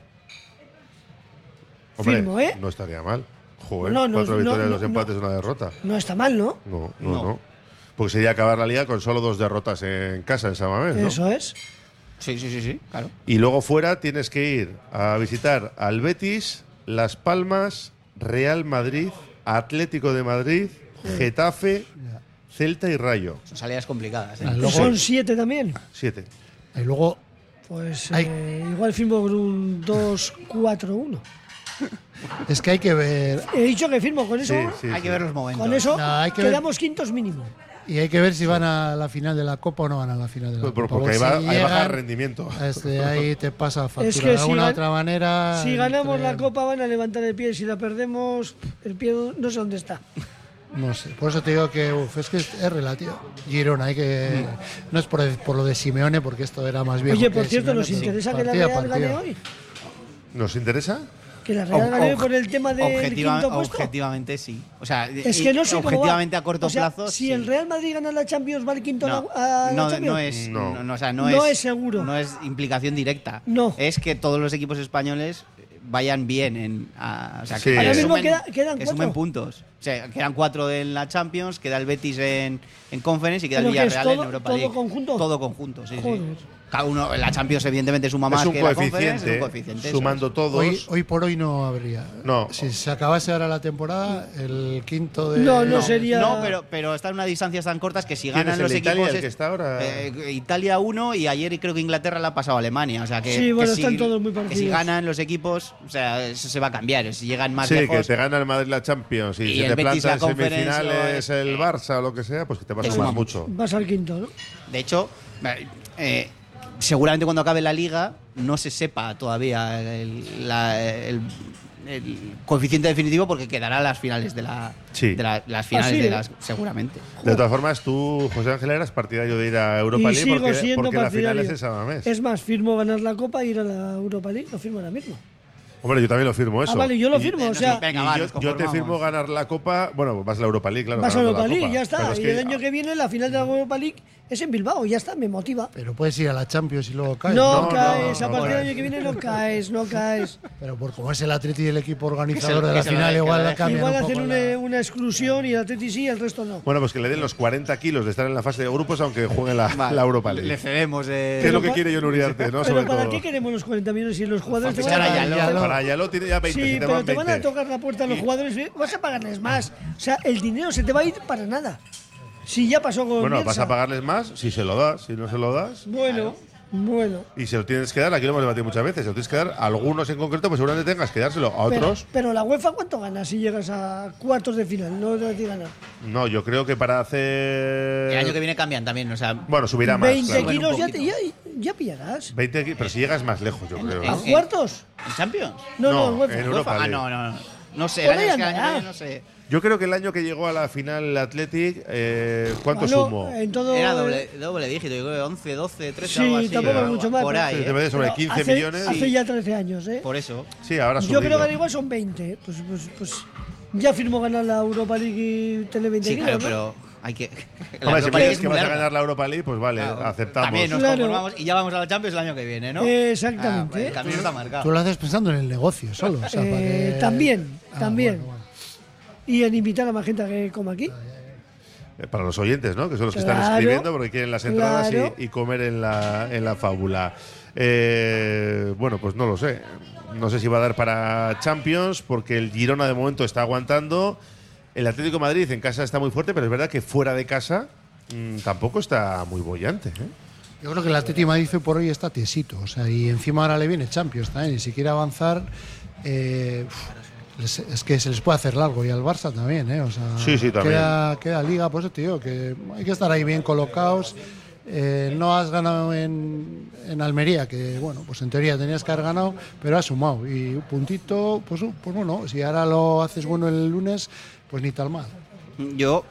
Speaker 1: Hombre,
Speaker 4: Firmo, ¿eh?
Speaker 1: no estaría mal. Joder,
Speaker 4: No, no,
Speaker 1: cuatro
Speaker 4: no,
Speaker 1: victorias,
Speaker 4: no,
Speaker 1: dos
Speaker 4: no.
Speaker 1: empates, una derrota.
Speaker 4: No está mal, ¿no?
Speaker 1: No, no, no.
Speaker 3: No.
Speaker 1: Porque sería acabar la liga con solo dos derrotas en casa en Samamés, Pues ¿no?
Speaker 4: Eso es.
Speaker 3: Sí, sí, sí, sí, claro.
Speaker 1: Y luego fuera tienes que ir a visitar al Betis, Las Palmas, Real Madrid, Atlético de Madrid, Getafe, Celta y Rayo.
Speaker 3: Son salidas complicadas. ¿eh?
Speaker 1: Pues
Speaker 2: Ah, Luego-
Speaker 4: Son siete también.
Speaker 1: Siete.
Speaker 2: Y luego,
Speaker 4: Pues
Speaker 2: Ay.
Speaker 4: eh, igual firmo por un 2-4-1.
Speaker 2: es que hay que ver.
Speaker 4: He dicho que firmo con eso.
Speaker 1: Sí, sí,
Speaker 3: Hay
Speaker 1: sí.
Speaker 3: que ver los momentos.
Speaker 4: Con eso
Speaker 2: No, hay que ver-
Speaker 4: quedamos quintos mínimo.
Speaker 2: Y hay que ver si van a la final de la Copa o no van a la final de la
Speaker 1: Por-
Speaker 2: Copa.
Speaker 1: Pues, Porque ahí,
Speaker 2: si
Speaker 1: va, ahí baja
Speaker 2: llegan,
Speaker 1: el rendimiento.
Speaker 4: Eh.
Speaker 2: este, ahí te pasa factura.
Speaker 4: que
Speaker 2: de
Speaker 4: si
Speaker 2: alguna
Speaker 4: gan-
Speaker 2: otra
Speaker 1: Ah,
Speaker 2: manera.
Speaker 4: Si ganamos
Speaker 2: entre-
Speaker 4: la copa van a levantar el pie y si la perdemos, el pie no sé dónde está.
Speaker 2: No sé, por eso te digo que uf, es que es es relativo. Girona, hay que.
Speaker 1: Mm.
Speaker 2: No es por, por lo de Simeone, porque esto era más bien.
Speaker 4: Oye, por cierto, nos interesa que la Real gane hoy.
Speaker 1: ¿Nos interesa?
Speaker 4: Que la Real
Speaker 3: Ob-
Speaker 4: gane
Speaker 3: ob-
Speaker 4: hoy por el tema del
Speaker 3: objetiva-
Speaker 4: quinto puesto.
Speaker 3: Objetivamente sí. O sea,
Speaker 4: Es
Speaker 3: y-
Speaker 4: que no sé cómo va.
Speaker 3: Objetivamente a corto
Speaker 4: O sea,
Speaker 3: plazo.
Speaker 4: Si
Speaker 3: sí.
Speaker 4: el Real Madrid gana la Champions, va el quinto
Speaker 3: no,
Speaker 4: a la, a la
Speaker 3: no,
Speaker 4: Champions.
Speaker 3: no es,
Speaker 1: No.
Speaker 3: no. no, o sea, no,
Speaker 4: No
Speaker 3: es,
Speaker 4: es seguro.
Speaker 3: No es implicación directa.
Speaker 4: No.
Speaker 3: Es que todos los equipos españoles eh, vayan bien en. a- o sea,
Speaker 1: Sí.
Speaker 3: que,
Speaker 1: Ahora
Speaker 3: que
Speaker 1: mismo
Speaker 3: sumen,
Speaker 4: queda- quedan
Speaker 3: que
Speaker 4: cuatro.
Speaker 3: sumen puntos. O sea, quedan cuatro en la Champions, queda el Betis en, en Conference y queda el
Speaker 4: Pero que es
Speaker 3: Villarreal en
Speaker 4: todo-
Speaker 3: Europa
Speaker 4: todo
Speaker 3: League.
Speaker 4: conjunto.
Speaker 3: Todo conjunto, sí, sí.
Speaker 4: Joder.
Speaker 3: Cada uno, la Champions, evidentemente, suma más
Speaker 1: es un
Speaker 3: que la Conference,
Speaker 1: coeficiente,
Speaker 3: es un coeficiente. eso
Speaker 1: sumando todos.
Speaker 2: Hoy, hoy por hoy no habría.
Speaker 1: No.
Speaker 2: Si se acabase ahora la temporada, el quinto de.
Speaker 4: No,
Speaker 3: es.
Speaker 4: no sería-
Speaker 3: No, pero, pero están unas distancias tan cortas que si
Speaker 1: ¿Quién
Speaker 3: ganan
Speaker 1: es el
Speaker 3: los
Speaker 1: de Italia,
Speaker 3: equipos.
Speaker 1: el
Speaker 3: es-
Speaker 1: que está ahora?
Speaker 3: eh, Italia 1 y ayer creo que Inglaterra la ha pasado a Alemania. O sea que.
Speaker 4: Sí, bueno,
Speaker 3: que si-
Speaker 4: están todos muy
Speaker 3: que si
Speaker 4: parecidos.
Speaker 3: ganan los equipos, o sea, eso se va a cambiar. Si llegan más
Speaker 1: sí,
Speaker 3: lejos,
Speaker 1: que te gana el Madrid la Champions y,
Speaker 3: Y
Speaker 1: se
Speaker 3: el
Speaker 1: te
Speaker 3: Betis
Speaker 1: planta en
Speaker 3: la eh, Conference o
Speaker 1: semifinales
Speaker 3: el-
Speaker 1: el Barça o lo que sea, pues que te vas
Speaker 3: Te
Speaker 1: a
Speaker 3: suma
Speaker 1: sumar mucho.
Speaker 4: Vas al quinto, ¿no?
Speaker 3: De hecho, eh, seguramente cuando acabe la liga no se sepa todavía el, la- el- el coeficiente definitivo porque quedará las finales de la,
Speaker 1: Sí.
Speaker 3: de la- las finales
Speaker 4: sí,
Speaker 3: de
Speaker 4: ¿eh?
Speaker 3: las seguramente.
Speaker 1: De todas formas, tú, José Ángel, eras partidario de ir a Europa
Speaker 4: y
Speaker 1: League
Speaker 4: sigo
Speaker 1: porque,
Speaker 4: siendo
Speaker 1: porque la
Speaker 4: partidario.
Speaker 1: final es el sábado mes.
Speaker 4: Es más, firmo ganar la Copa e ir a la Europa League. Lo firmo ahora mismo.
Speaker 1: Hombre, yo también lo firmo eso.
Speaker 4: Ah, vale, yo lo
Speaker 1: Y-
Speaker 4: firmo. O
Speaker 3: nos
Speaker 4: sea,
Speaker 3: espera. Venga,
Speaker 1: y
Speaker 3: va,
Speaker 1: yo,
Speaker 3: nos
Speaker 1: yo te firmo
Speaker 3: conformamos.
Speaker 1: ganar la Copa. Bueno, vas a la Europa League, claro.
Speaker 4: vas a
Speaker 1: ganando
Speaker 4: Europa
Speaker 1: la
Speaker 4: League,
Speaker 1: Copa.
Speaker 4: ya
Speaker 1: Pero
Speaker 4: está.
Speaker 1: es
Speaker 4: Y
Speaker 1: que-
Speaker 4: el año que viene la final de la Europa League es en Bilbao. Ya está, me motiva.
Speaker 2: Pero puedes ir a la Champions y luego caes.
Speaker 4: No,
Speaker 1: no,
Speaker 4: caes,
Speaker 1: no,
Speaker 4: a partir del
Speaker 1: no.
Speaker 4: año que viene no caes, no caes.
Speaker 2: Pero por como es el Atleti el equipo organizador
Speaker 3: Que se lo-
Speaker 2: de la
Speaker 3: que se lo
Speaker 2: final,
Speaker 3: deje,
Speaker 2: igual
Speaker 3: que lo
Speaker 2: la
Speaker 3: deje.
Speaker 2: cambian
Speaker 4: Igual
Speaker 2: un
Speaker 4: hacen
Speaker 2: poco
Speaker 4: una,
Speaker 2: la-
Speaker 4: una exclusión y el Atleti sí, el resto no.
Speaker 1: Bueno, pues que le den los 40 kilos de estar en la fase de grupos, aunque juegue la,
Speaker 3: Vale,
Speaker 1: la Europa League.
Speaker 3: Le cedemos. eh,
Speaker 1: ¿Qué es lo que
Speaker 4: Pero
Speaker 1: quiere John Uriarte, no? Sobre
Speaker 4: Pero ¿para
Speaker 1: todo.
Speaker 4: qué queremos los 40 millones si los jugadores
Speaker 3: Para
Speaker 4: te van a
Speaker 3: fichar a
Speaker 4: pagar?
Speaker 1: Para
Speaker 3: Ayala.
Speaker 1: allá lo tiene ya 20,
Speaker 4: Sí,
Speaker 1: si te
Speaker 4: pero
Speaker 1: van
Speaker 4: te van a
Speaker 1: 20.
Speaker 4: tocar la puerta a los jugadores. y Vas a pagarles más. O sea, el dinero se te va a ir para nada. Si ya pasó con
Speaker 1: Bueno,
Speaker 4: Bielsa.
Speaker 1: vas a pagarles más si se lo das, si no se lo das.
Speaker 4: Bueno, bueno.
Speaker 1: Y se lo tienes que dar, aquí lo hemos debatido muchas veces, se lo tienes que dar a algunos en concreto, pues seguramente tengas que dárselo a
Speaker 4: Pero-
Speaker 1: otros.
Speaker 4: Pero, la UEFA, ¿cuánto gana si llegas a cuartos de final? No te diga nada.
Speaker 1: No, yo creo que para hacer.
Speaker 3: El año que viene cambian también, o sea.
Speaker 1: Bueno, subirá más.
Speaker 4: 20
Speaker 1: claro.
Speaker 4: kilos ya,
Speaker 3: Suben
Speaker 4: te-
Speaker 3: un
Speaker 4: ya, ya pillarás.
Speaker 1: 20 ki- pero si llegas más lejos, yo creo.
Speaker 4: ¿A
Speaker 1: ¿no?
Speaker 3: en-
Speaker 4: cuartos?
Speaker 3: ¿En Champions?
Speaker 4: No, no,
Speaker 1: No,
Speaker 4: en UEFA.
Speaker 1: en Europa
Speaker 3: Ah,
Speaker 1: League.
Speaker 3: no, no, no. No sé, el
Speaker 4: Por
Speaker 3: año,
Speaker 4: ahí
Speaker 3: es que el año que
Speaker 4: andará.
Speaker 3: viene no sé.
Speaker 1: Yo creo que el año que llegó a la final Athletic, eh, ¿cuánto
Speaker 4: Bueno,
Speaker 1: sumó?
Speaker 4: En todo
Speaker 3: Era doble, doble dígito, yo creo que 11, 12, 13,
Speaker 4: Sí,
Speaker 3: algo así.
Speaker 4: tampoco
Speaker 3: algo-
Speaker 4: mucho más,
Speaker 3: Por
Speaker 4: ¿no?
Speaker 3: ahí,
Speaker 1: Sí,
Speaker 3: ¿eh?
Speaker 1: te parece sobre 15
Speaker 4: hace,
Speaker 1: millones.
Speaker 4: Hace ya 13 años, ¿eh?
Speaker 3: Por eso.
Speaker 1: Sí, ahora
Speaker 4: Yo
Speaker 1: subido.
Speaker 4: creo que al igual son 20. Pues, pues, pues ya firmó ganar la Europa League y Tele 20
Speaker 3: Sí, claro,
Speaker 4: kilos, ¿no? Eh,
Speaker 3: pero hay que. la
Speaker 1: Hombre, si
Speaker 3: Europa
Speaker 1: me
Speaker 3: League
Speaker 1: dices
Speaker 3: es
Speaker 1: que
Speaker 3: muy
Speaker 1: vas a
Speaker 3: larga.
Speaker 1: ganar la Europa League, pues vale,
Speaker 3: Claro.
Speaker 1: aceptamos.
Speaker 3: También nos
Speaker 4: Claro.
Speaker 3: conformamos y ya vamos a la Champions el año que viene, ¿no? Ah,
Speaker 4: Exactamente.
Speaker 3: bueno, el camino está marcado.
Speaker 2: Tú lo haces pensando en el negocio solo. o sea, para
Speaker 4: Eh,
Speaker 2: que-
Speaker 4: también,
Speaker 2: Ah,
Speaker 4: también.
Speaker 2: bueno, Ah, bueno.
Speaker 4: Y en invitar a más gente a que coma aquí.
Speaker 1: Eh, Para los oyentes, ¿no? Que son los que están
Speaker 4: Claro,
Speaker 1: escribiendo porque quieren las entradas y-
Speaker 4: claro.
Speaker 1: y, comer en la, en la fábula. Eh, bueno, pues no lo sé. No sé si va a dar para Champions porque el Girona de momento está aguantando. El Atlético de Madrid en casa está muy fuerte, pero es verdad que fuera de casa mm, tampoco está muy bollante. ¿eh?
Speaker 2: Yo creo que el Atleti de Madrid hoy por hoy está tiesito. O sea, y encima ahora le viene Champions también. Y si quiere avanzar, eh, uf, les- es que se les puede hacer largo. Y al Barça también, ¿eh? O sea,
Speaker 1: Sí, sí, también.
Speaker 2: Queda, queda liga, por eso te digo que hay que estar ahí bien colocados. Eh, no has ganado en, en Almería, que bueno, pues en teoría tenías que haber ganado, pero has sumado. Y un puntito, pues, uh, pues bueno, si ahora lo haces bueno el lunes, pues ni tal mal.
Speaker 3: Yo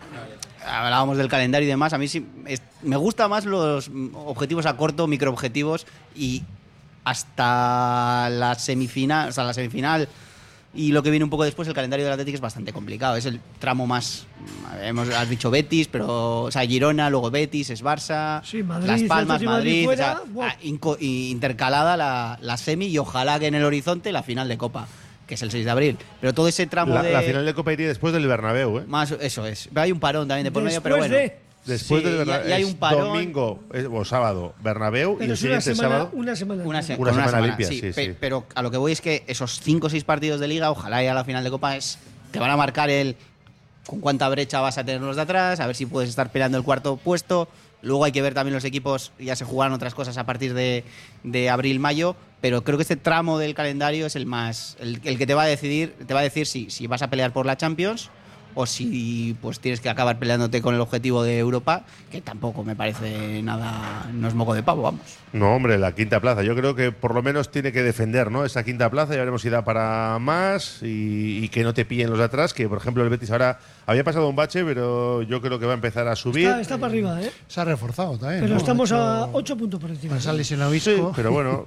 Speaker 3: hablábamos del calendario y demás. A mí sí es- me gusta más los mm, objetivos a corto, microobjetivos y hasta la semifinal, hasta la semifinal y lo que viene un poco después. El calendario del Atlético es bastante complicado. Es el tramo más. mm, Hemos, has dicho Betis, pero o sea Girona, luego Betis, es Barça,
Speaker 4: Sí, Madrid,
Speaker 3: Las Palmas,
Speaker 4: Atlético de Madrid
Speaker 3: Madrid, o sea,
Speaker 4: fuera, buah.
Speaker 3: ah, inco- y intercalada la, la semi y ojalá que en el horizonte la final de Copa, que es el 6 de abril. Pero todo ese tramo
Speaker 1: La,
Speaker 3: de
Speaker 1: la final de Copa iría después del Bernabéu. ¿eh?
Speaker 3: más, eso es. Hay un parón también de por medio, pero
Speaker 4: Después
Speaker 3: bueno.
Speaker 4: de-
Speaker 1: Después
Speaker 3: Sí,
Speaker 1: del
Speaker 3: y-
Speaker 1: Bernabéu.
Speaker 3: y hay un
Speaker 1: es
Speaker 3: parón.
Speaker 1: Domingo eh, o sábado, Bernabéu y
Speaker 4: Pero
Speaker 1: el
Speaker 4: es una
Speaker 1: siguiente
Speaker 4: semana,
Speaker 1: sábado.
Speaker 4: una semana.
Speaker 3: Una, se-
Speaker 1: Una
Speaker 3: con
Speaker 1: semana limpia, sí,
Speaker 3: pe-
Speaker 1: sí.
Speaker 3: Pero a lo que voy es que esos 5 o 6 partidos de liga, ojalá ya a la final de Copa, es, te van a marcar el con cuánta brecha vas a tener los de atrás, a ver si puedes estar peleando el cuarto puesto. Luego hay que ver también los equipos, ya se jugarán otras cosas a partir de, de abril-mayo, pero creo que este tramo del calendario es el más. el, el que te va a decidir, te va a decir si, si vas a pelear por la Champions o si pues tienes que acabar peleándote con el objetivo de Europa, que tampoco me parece nada. no es moco de pavo, vamos.
Speaker 1: No, hombre, la quinta plaza. Yo creo que por lo menos tiene que defender, ¿no? Esa quinta plaza, ya veremos si da para más y, y que no te pillen los de atrás, que por ejemplo el Betis ahora había pasado un bache, pero yo creo que va a empezar a subir.
Speaker 4: Está, está para arriba, ¿eh?
Speaker 2: Se ha reforzado también.
Speaker 4: Pero
Speaker 2: ¿no?
Speaker 4: estamos
Speaker 2: Ha
Speaker 4: a
Speaker 2: hecho-
Speaker 4: 8 puntos por encima.
Speaker 2: Pues ha lesionado
Speaker 1: Sí,
Speaker 2: Isco.
Speaker 1: pero bueno.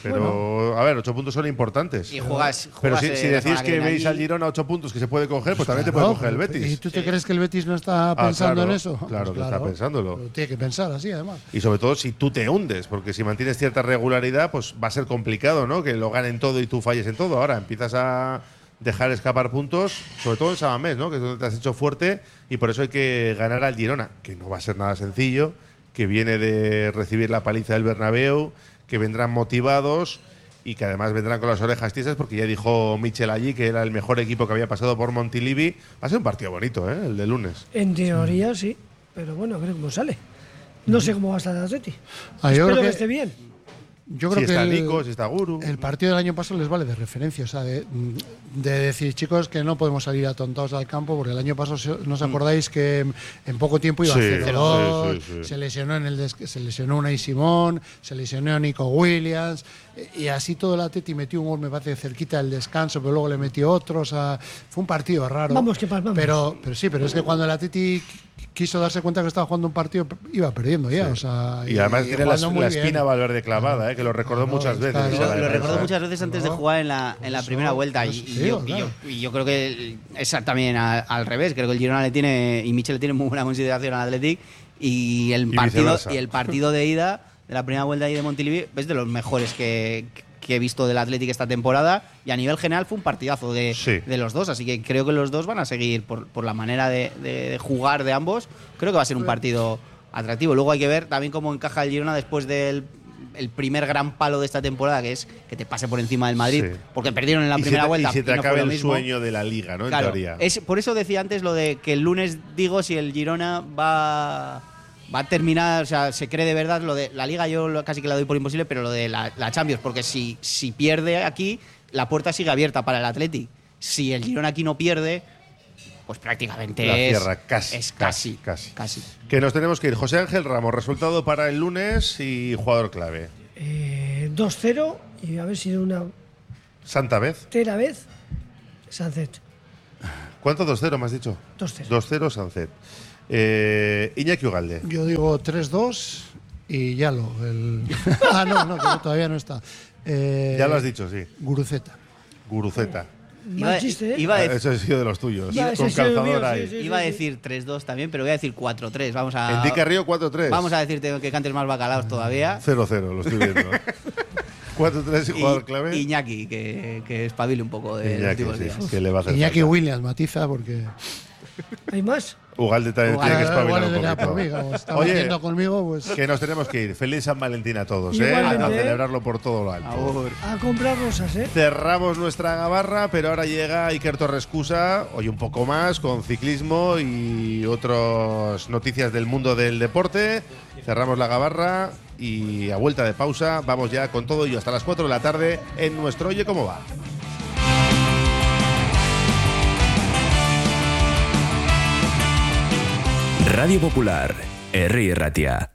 Speaker 1: Pero, a ver, ocho puntos son importantes.
Speaker 3: Y juegas-
Speaker 1: pero
Speaker 3: juegas,
Speaker 1: si,
Speaker 3: eh,
Speaker 1: si
Speaker 3: la
Speaker 1: decís
Speaker 3: semana que
Speaker 1: que
Speaker 3: viene
Speaker 1: veis
Speaker 3: allí.
Speaker 1: al Girona ocho puntos que se puede coger, pues también te puede
Speaker 2: Claro,
Speaker 1: coger el
Speaker 2: pero- ¿Y
Speaker 1: Betis. Ah,
Speaker 2: tú te crees que el Betis no está pensando
Speaker 1: claro,
Speaker 2: en eso?
Speaker 1: claro que está pensándolo.
Speaker 2: Pero tiene que pensar así, además.
Speaker 1: Y sobre todo si tú te hundes, porque si mantienes cierta regularidad, pues va a ser complicado, ¿no? Que lo ganen todo y tú falles en todo. Ahora empiezas a dejar escapar puntos, sobre todo en Sabamés, ¿no? Que es donde te has hecho fuerte y por eso hay que ganar al Girona, que no va a ser nada sencillo, que viene de recibir la paliza del Bernabéu, que vendrán motivados y que además vendrán con las orejas tiesas porque ya dijo Michel allí que era el mejor equipo que había pasado por Montilivi. Va a ser un partido bonito, ¿eh? el de lunes.
Speaker 4: En teoría sí, pero bueno, a ver cómo sale. No sé cómo va a estar el Atleti.
Speaker 2: Ah, yo
Speaker 4: Espero
Speaker 2: creo
Speaker 4: que...
Speaker 2: que-
Speaker 4: esté bien.
Speaker 2: Yo
Speaker 1: Si
Speaker 2: creo que
Speaker 1: está
Speaker 2: el-
Speaker 1: Nico, si está Guru.
Speaker 2: El partido del año pasado les vale de referencia, o sea, de, mm, de decir, chicos, que no podemos salir atontados al campo, porque el año pasado, se- ¿no os acordáis que en- en poco tiempo iba
Speaker 1: Sí,
Speaker 2: a 0
Speaker 1: sí, sí, sí.
Speaker 2: Se lesionó en el desque- se lesionó Unai Simón, se lesionó Nico Williams, eh, y así todo el Atleti metió un gol, me parece, cerquita del descanso, pero luego le metió otro, o sea, fue un partido raro.
Speaker 4: Vamos, que palmamos.
Speaker 2: Pero, pero sí, pero es que cuando el Atleti quiso darse cuenta que estaba jugando un partido, iba perdiendo ya, o sea,
Speaker 1: Y además tiene la,
Speaker 2: jugando muy
Speaker 1: la
Speaker 2: bien.
Speaker 1: espina Valverde clavada, ¿eh? que lo recordó
Speaker 2: Claro,
Speaker 1: muchas veces.
Speaker 2: claro.
Speaker 1: en
Speaker 3: Yo
Speaker 1: la
Speaker 2: Vale,
Speaker 3: lo
Speaker 1: defensa.
Speaker 3: recuerdo muchas veces antes de
Speaker 2: No.
Speaker 3: jugar en la, en la
Speaker 2: Eso-
Speaker 3: primera vuelta. Y,
Speaker 2: eso
Speaker 3: y
Speaker 2: te
Speaker 3: yo,
Speaker 2: digo,
Speaker 3: y yo-
Speaker 2: claro.
Speaker 3: y yo creo que el- esa también a- al revés. Creo que el Girona le tiene y Michel le tiene muy buena consideración al Athletic. Y el,
Speaker 1: Y
Speaker 3: partido,
Speaker 1: viceversa.
Speaker 3: y el partido de ida de la primera vuelta ahí de Montilivi es de los mejores que, que he visto del Athletic esta temporada. Y a nivel general fue un partidazo de,
Speaker 1: Sí.
Speaker 3: de los dos. Así que creo que los dos van a seguir por, por la manera de, de- de jugar de ambos. Creo que va a ser un partido atractivo. Luego hay que ver también cómo encaja el Girona después del el primer gran palo de esta temporada, que es que te pase por encima del Madrid,
Speaker 1: Sí.
Speaker 3: porque perdieron en la
Speaker 1: y se
Speaker 3: primera
Speaker 1: te-
Speaker 3: vuelta.
Speaker 1: Y se te
Speaker 3: no fue
Speaker 1: acaba
Speaker 3: lo
Speaker 1: el
Speaker 3: mismo.
Speaker 1: sueño de la liga, ¿no? En
Speaker 3: Claro,
Speaker 1: teoría.
Speaker 3: es, por eso decía antes lo de que el lunes digo si el Girona va, va a terminar, o sea, se cree de verdad lo de la liga, yo lo- casi que la doy por imposible, pero lo de la, la Champions, porque si, si pierde aquí, la puerta sigue abierta para el Atleti. Si el Girona aquí no pierde, pues prácticamente
Speaker 1: La
Speaker 3: es,
Speaker 1: cierra casi,
Speaker 3: es
Speaker 1: casi,
Speaker 3: casi,
Speaker 1: casi. Que nos tenemos que ir. José Ángel Ramos, resultado para el lunes y jugador clave.
Speaker 4: Eh, 2-0 y a ver si de una
Speaker 1: Santa vez.
Speaker 4: tercera vez Sunset.
Speaker 1: ¿Cuánto 2-0 me has dicho?
Speaker 4: 2-0.
Speaker 1: 2-0 Sancet. Eh, Iñaki Ugalde.
Speaker 2: Yo digo 3-2 y ya lo. El... Ah, no, no, que no, todavía no está. Eh,
Speaker 1: Ya lo has dicho, sí.
Speaker 2: Guruceta.
Speaker 1: Guruceta. Ah,
Speaker 4: Mal chiste, ¿eh?
Speaker 3: iba a decir-
Speaker 1: Eso ha sido de los tuyos.
Speaker 4: Iba-
Speaker 1: Con
Speaker 4: ese ha sido mío,
Speaker 1: calzador
Speaker 4: sí,
Speaker 1: ahí.
Speaker 4: sí.
Speaker 3: Iba a decir 3-2 también, pero voy a decir 4-3. Vamos a.
Speaker 1: Enrique Río 4-3.
Speaker 3: Ah. Vamos a decirte que cantes más bacalaos todavía.
Speaker 1: 0-0, lo estoy viendo. 4-3 y jugador clave.
Speaker 3: Y- Iñaki, que, que espabile un poco de los
Speaker 1: Iñaki,
Speaker 3: últimos
Speaker 1: sí,
Speaker 3: días.
Speaker 1: que le va a hacer
Speaker 2: Iñaki
Speaker 1: falta.
Speaker 2: Williams, matiza, porque.
Speaker 4: ¿Hay más?
Speaker 1: Ugalde también
Speaker 3: Ugalde,
Speaker 1: tiene que
Speaker 2: igual le
Speaker 1: espabilar
Speaker 2: venía
Speaker 1: un
Speaker 2: por mí,
Speaker 1: poquito.
Speaker 2: como está
Speaker 1: Oye,
Speaker 2: metiendo conmigo, pues.
Speaker 1: que nos tenemos que ir. Feliz San Valentín a todos, ¿eh?
Speaker 4: Igualmente.
Speaker 1: A celebrarlo por todo lo alto.
Speaker 3: Agur.
Speaker 4: A comprar rosas, ¿eh?
Speaker 1: Cerramos nuestra gabarra, pero ahora llega Iker Torrescusa, hoy un poco más, con ciclismo y otras noticias del mundo del deporte. Cerramos la gabarra y a vuelta de pausa vamos ya con todo ello hasta las 4 de la tarde en nuestro Oye Cómo Va.
Speaker 5: Radio Popular, R. Ratia.